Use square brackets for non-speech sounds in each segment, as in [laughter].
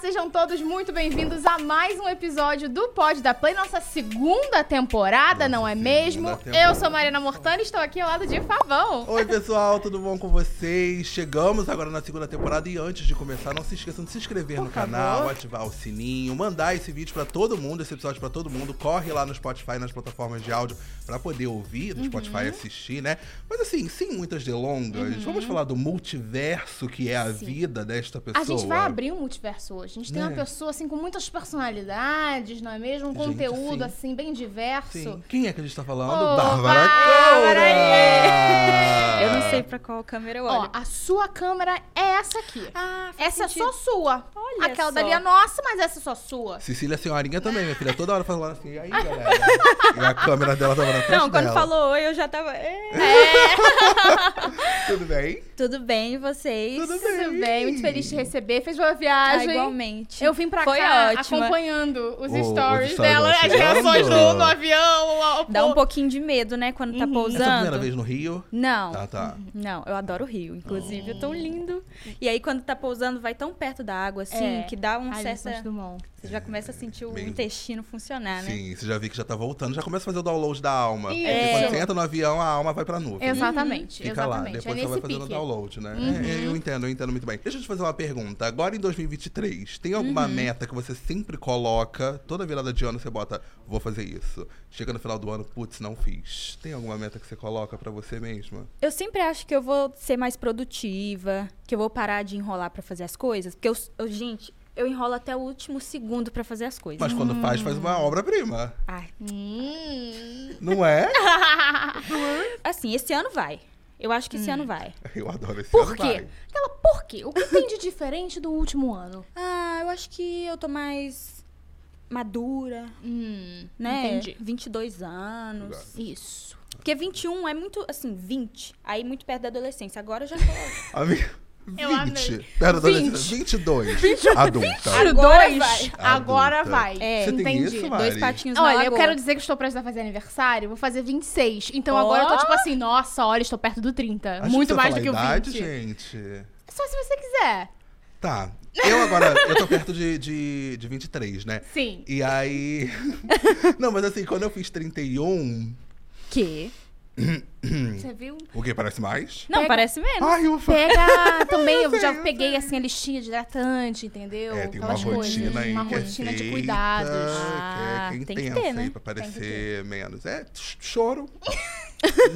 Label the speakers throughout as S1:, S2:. S1: sejam todos muito bem-vindos a mais um episódio do Pod da Play, nossa segunda temporada, não é mesmo?
S2: temporada.
S1: Eu sou Mariana Mortani e estou aqui ao lado de Favão.
S2: Oi, pessoal, tudo bom com vocês? Chegamos agora na segunda temporada e antes de começar, não se esqueçam de se inscrever no canal, ativar o sininho, mandar esse vídeo pra todo mundo, esse episódio pra todo mundo. Corre lá no Spotify, nas plataformas de áudio pra poder ouvir,
S1: Uhum.
S2: no Spotify assistir, né? Mas assim, sem muitas delongas, vamos falar do multiverso que é a
S1: Uhum. Sim.
S2: vida desta pessoa.
S1: A gente vai abrir um multiverso hoje. A gente tem uma
S2: Né?
S1: pessoa assim com muitas personalidades, não é mesmo? Um
S2: Gente,
S1: conteúdo
S2: sim.
S1: assim bem diverso.
S2: Sim. Quem é que a gente tá falando?
S1: Ô,
S2: Bárbara
S1: Bárbara,
S2: Coura!
S3: Eu não sei pra qual câmera eu
S1: Ó,
S3: olho.
S1: a sua câmera é essa aqui.
S3: ah,
S1: Essa é só sua.
S3: Olha
S1: Aquela
S3: só.
S1: dali é nossa, mas essa é só sua.
S2: Cecília, a senhorinha também, minha filha, toda hora falando assim, e
S1: [laughs]
S2: aí, galera? e a câmera dela tava na frente
S3: Não, quando
S2: dela.
S3: falou oi, eu já tava. "É".
S2: Tudo bem?
S3: Tudo bem, e vocês?
S2: Tudo bem.
S1: Tudo bem, muito feliz de receber. Fez boa
S3: Ah,
S1: viagem.
S3: igualmente.
S1: Eu vim pra
S3: Foi
S1: cá
S3: ótima.
S1: acompanhando os
S2: O- os
S1: stories
S2: stories
S1: dela,
S2: dela
S1: as reações
S2: chegando.
S1: no, no avião. o- o- Uhum.
S3: Dá um pouquinho de medo, né, quando tá
S2: Essa é a primeira
S3: pousando.
S2: vez no Rio?
S3: Não.
S2: Ah, tá.
S3: Não, eu adoro o Rio, inclusive, é tão lindo. E aí, quando tá pousando, vai tão perto da água, assim,
S1: É.
S3: que dá um
S1: Ai, Santos
S3: certo.
S1: Dumont.
S3: Você já começa a sentir o
S2: Bem-
S3: intestino funcionar, né?
S2: Sim, você já viu que já tá voltando, já começa a fazer o download da
S1: É,
S2: alma.
S1: Isso.
S2: Porque quando você entra no avião, a alma vai pra nuvem.
S1: Exatamente,
S2: Fica
S1: exatamente.
S2: lá,
S1: é
S2: depois você vai
S1: nesse
S2: fazendo
S1: pique. Uhum.
S2: download, né? É, eu entendo, eu entendo muito bem. Deixa eu te fazer uma pergunta. Agora em 2023, tem alguma
S1: Uhum.
S2: meta que você sempre coloca? Toda virada de ano você bota, vou fazer isso. Chega no final do ano, putz, não fiz. Tem alguma meta que você coloca pra você mesma?
S3: Eu sempre acho que eu vou ser mais produtiva, que eu vou parar de enrolar pra fazer as coisas. Porque, eu, eu- gente, eu enrolo até o último segundo pra fazer as coisas.
S2: Mas quando faz, faz uma obra-prima.
S3: Ai,
S1: Hum.
S2: Não é?
S3: Assim, esse ano vai. Eu acho que
S2: Hum.
S3: esse ano vai.
S2: Eu adoro esse
S1: Por
S2: ano,
S1: quê?
S2: vai.
S1: Aquela por quê? O que tem de diferente do último ano?
S3: Ah, eu acho que eu tô mais madura,
S1: Hum,
S3: né?
S1: Entendi.
S3: 22 anos.
S2: Legal.
S1: Isso.
S3: Porque 21 é muito, assim, 20. Aí muito perto da adolescência. Agora eu já tô.
S2: Amiga,
S1: Eu
S2: 20. Pera, 20.
S1: [laughs]
S2: 22. 20. Adulta.
S3: Agora
S1: Agora vai.
S3: vai.
S1: Agora
S2: Adulta.
S1: vai.
S3: É.
S2: Você tem
S1: entendi.
S2: isso, Mari?
S3: dois patinhos na
S1: Olha, eu
S3: lagoa.
S1: quero dizer que estou prestes a fazer aniversário, vou fazer 26. Então
S3: Ó.
S1: agora eu tô tipo assim, nossa, olha, estou perto do 30.
S2: Acho
S1: Muito
S2: você
S1: mais
S2: fala
S1: do que o
S2: a idade,
S1: 20.
S2: gente.
S1: Só se você quiser.
S2: Tá. Eu agora, eu tô perto de, de, de 23, né?
S1: Sim. [laughs]
S2: E aí... [laughs] Não, mas assim, quando eu fiz 31...
S3: Que?
S1: Você viu?
S2: O quê? Parece mais?
S3: Não,
S1: Pega-
S3: parece menos.
S2: Ai, ufa.
S1: Pega também, [laughs] eu
S2: sei,
S1: já
S2: eu
S1: peguei assim a listinha de hidratante, entendeu?
S2: É, tem uma
S1: Aquelas coisas,
S2: rotina aí
S1: uma
S2: que é
S1: rotina de
S2: feita,
S1: cuidados.
S3: Ah,
S2: que é
S3: tem que
S2: intensa
S3: ter, né?
S2: aí pra
S3: Tem que
S2: parecer menos. É ch-
S1: [laughs]
S2: choro,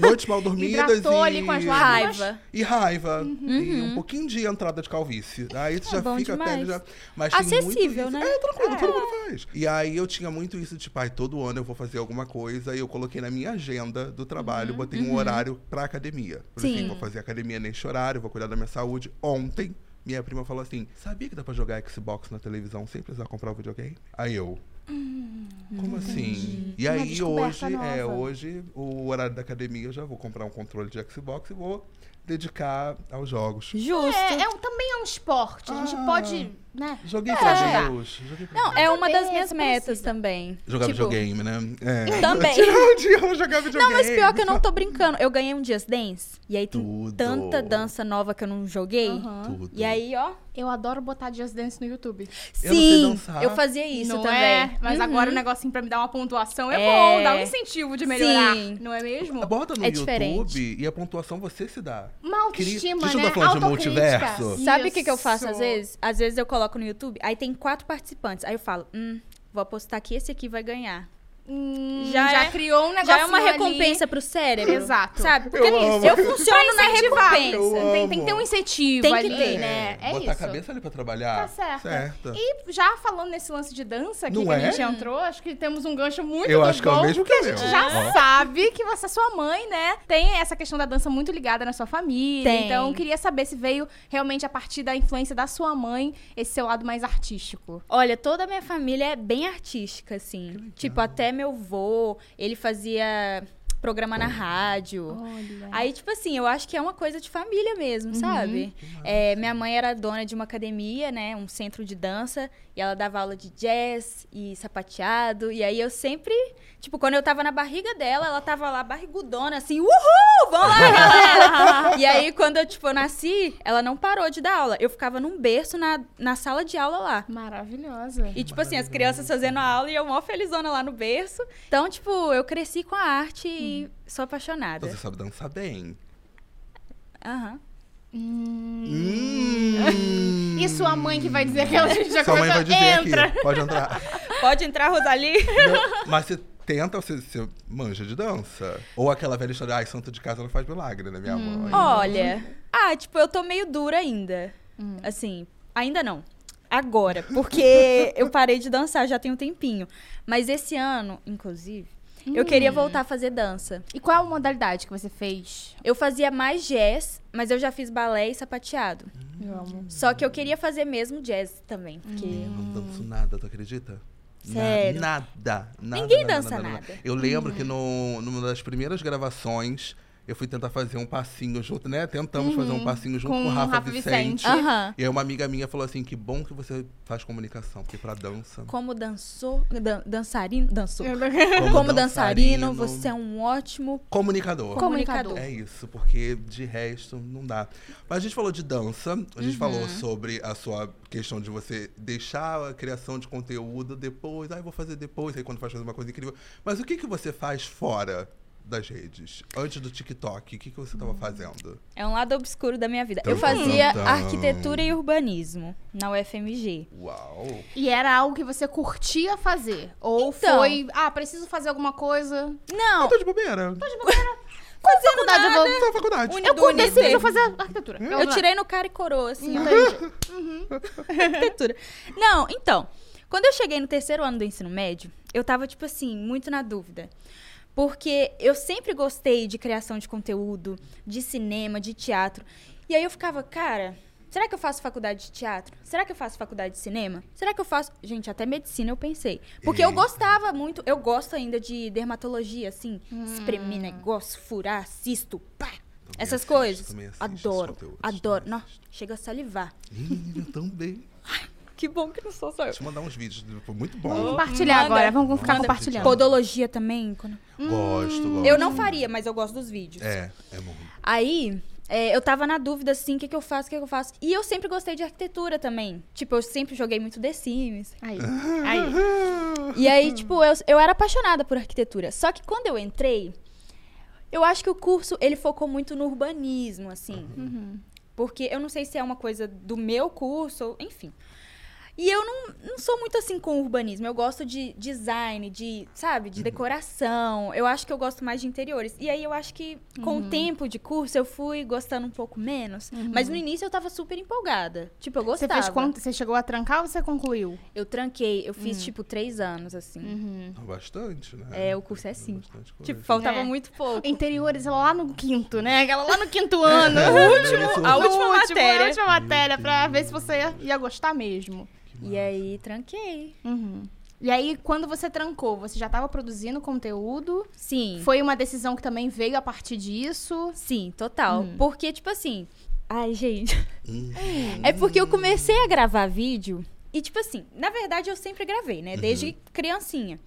S2: noites mal dormidas
S1: Hidratou
S2: e...
S1: ali com as lágrimas.
S3: Raiva.
S2: E raiva. E um pouquinho de entrada de calvície. Aí tu
S3: É
S2: já
S3: Uhum. bom
S2: fica a pele
S3: demais.
S2: já. Mas tem
S3: Acessível,
S2: muito isso.
S3: né?
S2: É, tranquilo, todo mundo faz. E aí eu tinha muito isso, tipo, ai, todo ano eu vou fazer alguma coisa. E eu coloquei na minha agenda do trabalho, botei um horário pra academia. Por
S3: Uhum. Sim.
S2: exemplo, vou fazer academia neste horário, vou cuidar da minha saúde. Ontem. Minha prima falou assim: sabia que dá pra jogar Xbox na televisão sem precisar comprar o videogame? Aí eu.
S3: Hum,
S2: Como assim? E
S1: Uma
S2: aí hoje,
S1: descoberta
S2: é,
S1: nova.
S2: hoje, o horário da academia, eu já vou comprar um controle de Xbox e vou dedicar aos jogos.
S3: Justo.
S1: É, é um- também é um esporte. A gente
S2: Ah.
S1: pode, né?
S2: Joguei
S1: jogar.
S2: pra Deus. Joguei pra
S3: Não,
S2: Deus.
S3: é uma
S1: Também
S3: das
S1: é
S3: minhas metas
S1: parecida.
S3: também.
S2: Jogar
S3: tipo,
S2: videogame, né? É. [laughs]
S3: Também.
S2: Tirar um dia eu jogar videogame.
S3: Não, mas pior que eu não tô brincando. Eu ganhei um Just Dance. E aí tem
S2: Tudo.
S3: tanta dança nova que eu não joguei.
S1: Aham.
S2: Tudo.
S3: E aí, ó.
S1: Eu adoro botar Just Dance no YouTube.
S2: Eu não sei
S3: Sim,
S2: dançar.
S3: eu fazia isso
S1: não
S3: também.
S1: é? Mas
S3: Uhum.
S1: agora o negocinho pra me dar uma pontuação é,
S3: É.
S1: bom, dá um incentivo de melhorar,
S3: Sim.
S1: não é mesmo?
S2: Bota no
S3: É
S2: YouTube
S3: diferente.
S2: e a pontuação você se dá.
S1: Uma autoestima,
S2: Deixa eu
S1: né?
S2: dar falando de
S1: Autocrítica.
S2: multiverso.
S3: Sabe o que, que eu faço
S1: Isso.
S3: às vezes? Às vezes eu coloco no YouTube, aí tem quatro participantes. Aí eu falo, hum, vou apostar que esse aqui vai ganhar.
S1: Hum, já,
S3: Já é-
S1: criou um negócio
S3: Já é uma recompensa pro cérebro.
S1: Exato.
S3: Sabe? Porque
S2: Eu
S3: eu,
S2: amo.
S3: eu funciono na
S2: Eu
S3: recompensa.
S2: amo.
S1: Tem, tem que ter um incentivo
S3: Tem que
S1: ali,
S3: ter.
S1: né? É
S2: Botar
S1: isso.
S2: a cabeça ali pra trabalhar.
S1: Tá certa.
S2: Certa.
S1: E já falando nesse lance de dança aqui
S2: Não
S1: que a gente
S2: é?
S1: entrou, acho que temos um gancho muito
S2: Eu
S1: do
S2: acho que é o
S1: bom,
S2: mesmo
S1: porque a
S2: que o
S1: gente
S2: meu.
S1: já
S2: Ó.
S1: sabe que você, sua mãe, né, tem essa questão da dança muito ligada na sua família.
S3: Tem.
S1: Então, eu queria saber se veio realmente a partir da influência da sua mãe, esse seu lado mais artístico.
S3: Olha, toda a minha família é bem artística, assim. Tipo, até meu vô, ele fazia programa na rádio.
S1: Olha.
S3: Aí, tipo assim, eu acho que é uma coisa de família mesmo, sabe? É, minha mãe era dona de uma academia, né? Um centro de dança. E ela dava aula de jazz e sapateado. E aí eu sempre, tipo, quando eu tava na barriga dela, ela tava lá barrigudona, assim, uhul! Vamos lá, galera! e aí, quando eu, tipo, eu nasci, ela não parou de dar aula. Eu ficava num berço na, na sala de aula lá.
S1: Maravilhosa.
S3: E, tipo assim, as crianças fazendo a aula e eu mó felizona lá no berço. Então, tipo, eu cresci com a arte e sou apaixonada.
S2: Então você sabe dançar bem.
S3: Aham.
S2: Hum.
S1: E sua mãe que vai dizer que ela já
S2: Sua
S1: começou,
S2: mãe vai dizer
S1: entra.
S2: aqui. Pode entrar.
S3: Pode entrar, Rosalie.
S2: Não, Mas você tenta, você, você manja de dança. Ou aquela velha história, ai, santo de casa não faz milagre, né, minha
S3: Hum.
S2: mãe?
S3: [laughs] Olha. Ah, tipo, eu tô meio dura ainda. Assim, ainda não. Agora, porque [laughs] eu parei de dançar já tem um tempinho. Mas esse ano, inclusive, eu queria voltar a fazer dança.
S1: E qual a modalidade que você fez?
S3: Eu fazia mais jazz, mas eu já fiz balé e sapateado.
S1: Eu amo.
S3: Só que eu queria fazer mesmo jazz também, porque
S2: Eu não danço nada, tu acredita? Na-
S3: Sério?
S2: Nada, nada.
S3: Ninguém dança nada. Hum.
S2: Eu lembro que no, numa das primeiras gravações, eu fui tentar fazer um passinho junto, né? Tentamos fazer
S3: Uhum.
S2: um passinho junto com, o Rafa,
S3: tipo,
S2: Vicente.
S3: Aham.
S2: E aí uma amiga minha falou assim, que bom que você faz comunicação, porque pra
S3: [laughs]
S2: dança...
S3: como dançou, dan- dançarino, dançou.
S2: Como dançarino.
S3: Como, dançarino, você é um ótimo
S2: Comunicador.
S3: comunicador.
S2: É isso, porque de resto não dá. Mas a gente falou de dança, a
S3: Uhum.
S2: gente falou sobre a sua questão de você deixar a criação de conteúdo depois, ah, eu vou fazer depois, aí quando faz fazer uma coisa incrível. Mas o que, que você faz fora das redes? Antes do TikTok, o que, que você estava fazendo?
S3: É um lado obscuro da minha vida.
S2: Tum,
S3: eu fazia
S2: tum, tum.
S3: arquitetura e urbanismo na UFMG.
S2: Uau!
S1: E era algo que você curtia fazer? Ou
S3: Então.
S1: foi, ah, preciso fazer alguma coisa?
S3: Não,
S2: Eu tô de bobeira. Tô de
S1: Qual faculdade eu vou... Hum?
S2: bobeira. na faculdade.
S1: Eu cu- decido que eu vou
S3: Uniduniter.
S1: fazer arquitetura.
S3: eu tirei no cara e coroa, assim, ó,
S1: Entendi.
S3: [laughs] arquitetura. Não, então, quando eu cheguei no terceiro ano do ensino médio, eu tava, tipo assim, muito na dúvida. Porque eu sempre gostei de criação de conteúdo, de cinema, de teatro. E aí eu ficava, cara, será que eu faço faculdade de teatro? Será que eu faço faculdade de cinema? Será que eu faço. Gente, até medicina eu pensei. Porque eu
S2: Eita.
S3: gostava muito, eu gosto ainda de dermatologia, assim, espremer negócio, furar, cisto, pá. Essas
S2: assisto,
S3: coisas.
S2: também assisto assim, esses
S3: Adoro,
S2: conteúdos,
S3: adoro.
S2: também
S3: Não, chega a salivar.
S2: Ih, eu também.
S3: Que bom que não sou só eu.
S2: Deixa eu mandar uns vídeos, foi muito
S1: Vamos
S2: bom.
S1: compartilhar
S3: Manda.
S1: agora, vamos ficar
S2: Manda.
S1: compartilhando.
S3: Podologia também. quando-
S2: Gosto, gosto.
S3: Hum. Eu não faria, mas eu gosto dos vídeos.
S2: Hum. É, é bom.
S3: Aí, é, eu tava na dúvida, assim, o que, que eu faço, o que, que eu faço. E eu sempre gostei de arquitetura também. Tipo, eu sempre joguei muito The Sims.
S1: Aí, aí.
S2: [laughs]
S3: E [laughs] aí, tipo, eu, eu era apaixonada por arquitetura. Só que quando eu entrei, eu acho que o curso, ele focou muito no urbanismo, assim.
S2: Uhum.
S1: Uhum.
S3: Porque eu não sei se é uma coisa do meu curso, ou- enfim. E eu não, não sou muito assim com urbanismo. Eu gosto de design, de, sabe,
S1: Uhum.
S3: de decoração. Eu acho que eu gosto mais de interiores. E aí eu acho que com
S1: Uhum.
S3: o tempo de curso eu fui gostando um pouco menos. Mas no início eu tava super empolgada. Tipo, eu
S1: Você
S3: gostava.
S1: fez quanto? Você chegou a trancar ou você concluiu?
S3: Eu tranquei. Eu
S1: Uhum.
S3: fiz, tipo, três anos, assim.
S2: Bastante, né?
S3: É, o curso é cinco.
S2: Bastante coisa.
S3: Tipo, faltava
S1: É.
S3: muito pouco.
S1: Interiores ela lá no quinto, né? Aquela lá no quinto ano.
S2: É,
S1: O
S2: no
S1: último, [laughs]
S2: último-
S1: a
S3: no
S1: última
S3: último,
S1: matéria.
S3: é.
S1: A última matéria, pra ver se você ia, ia gostar mesmo.
S3: E aí, tranquei.
S1: Uhum. E aí, quando você trancou, você já tava produzindo conteúdo?
S3: Sim.
S1: Foi uma decisão que também veio a partir disso?
S3: Sim, total. Porque, tipo assim. Ai, gente.
S2: Hum.
S3: [laughs] É porque eu comecei a gravar vídeo e, tipo assim, na verdade eu sempre gravei, né? Desde criancinha.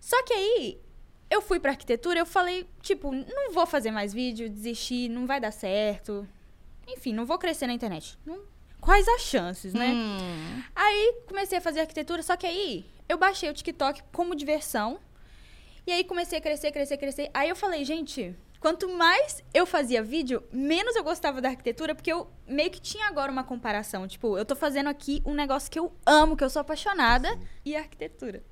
S3: Só que aí eu fui pra arquitetura, eu falei, tipo, não vou fazer mais vídeo, desisti, não vai dar certo. Enfim, não vou crescer na internet. Não- Quais as chances, né?
S1: Hum.
S3: Aí comecei a fazer arquitetura, só que aí eu baixei o TikTok como diversão. E aí comecei a crescer, crescer, crescer. Aí eu falei, gente, quanto mais eu fazia vídeo, menos eu gostava da arquitetura, porque eu meio que tinha agora uma comparação. Tipo, eu tô fazendo aqui um negócio que eu amo, que eu sou apaixonada, e a arquitetura.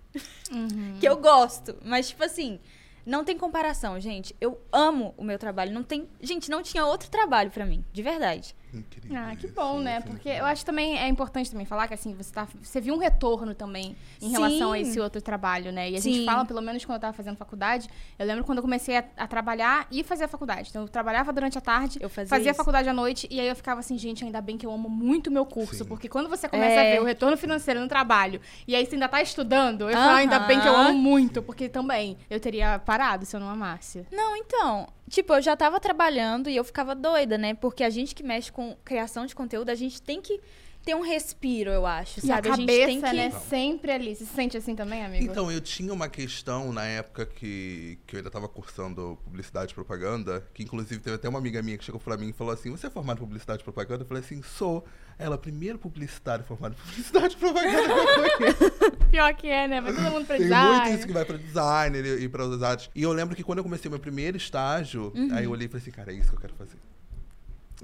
S1: Uhum.
S3: que eu gosto. Mas, tipo assim, não tem comparação, gente. Eu amo o meu trabalho. Não tem. Gente, não tinha outro trabalho pra mim, de verdade.
S2: Incrível.
S1: Ah, que
S2: isso,
S1: bom,
S2: isso é
S1: né?
S2: muito
S1: Porque eu
S2: bom.
S1: acho também é importante também falar que assim, você tá você viu um retorno também em relação a
S3: Sim.
S1: esse outro trabalho, né? E a
S3: Sim.
S1: gente fala, pelo menos quando eu tava fazendo faculdade, eu lembro quando eu comecei a, a trabalhar e fazer a faculdade. Então eu trabalhava durante a tarde,
S3: Eu fazia
S1: fazia a
S3: isso.
S1: faculdade à noite e aí eu ficava assim, gente, ainda bem que eu amo muito meu curso,
S2: Sim.
S1: porque quando você começa
S3: É.
S1: a ver o retorno financeiro no trabalho e aí você ainda tá estudando, eu falo, ainda bem que eu
S3: Aham.
S1: amo muito, porque também eu teria parado se eu não amasse.
S3: Não, então, tipo, eu já tava trabalhando e eu ficava doida, né? Porque a gente que mexe com criação de conteúdo, a gente tem que ter um respiro, eu acho,
S1: E a
S3: sabe?
S1: cabeça,
S3: gente tem que
S1: né, sempre ali. Você se sente assim também, amigo?
S2: Então, eu tinha uma questão na época que, que eu ainda tava cursando publicidade e propaganda, que inclusive teve até uma amiga minha que chegou pra mim e falou assim: Você é formada em publicidade e propaganda? Eu falei assim: Sou. Ela, primeiro publicitária formada em publicidade e propaganda. que eu conheço."
S1: Pior que é, né? Vai todo mundo pra
S2: Tem
S1: design.
S2: muito isso que vai pra designer e, e pra outras artes. E eu lembro que quando eu comecei meu primeiro estágio,
S1: Uhum.
S2: aí eu olhei e falei assim, cara, é isso que eu quero fazer.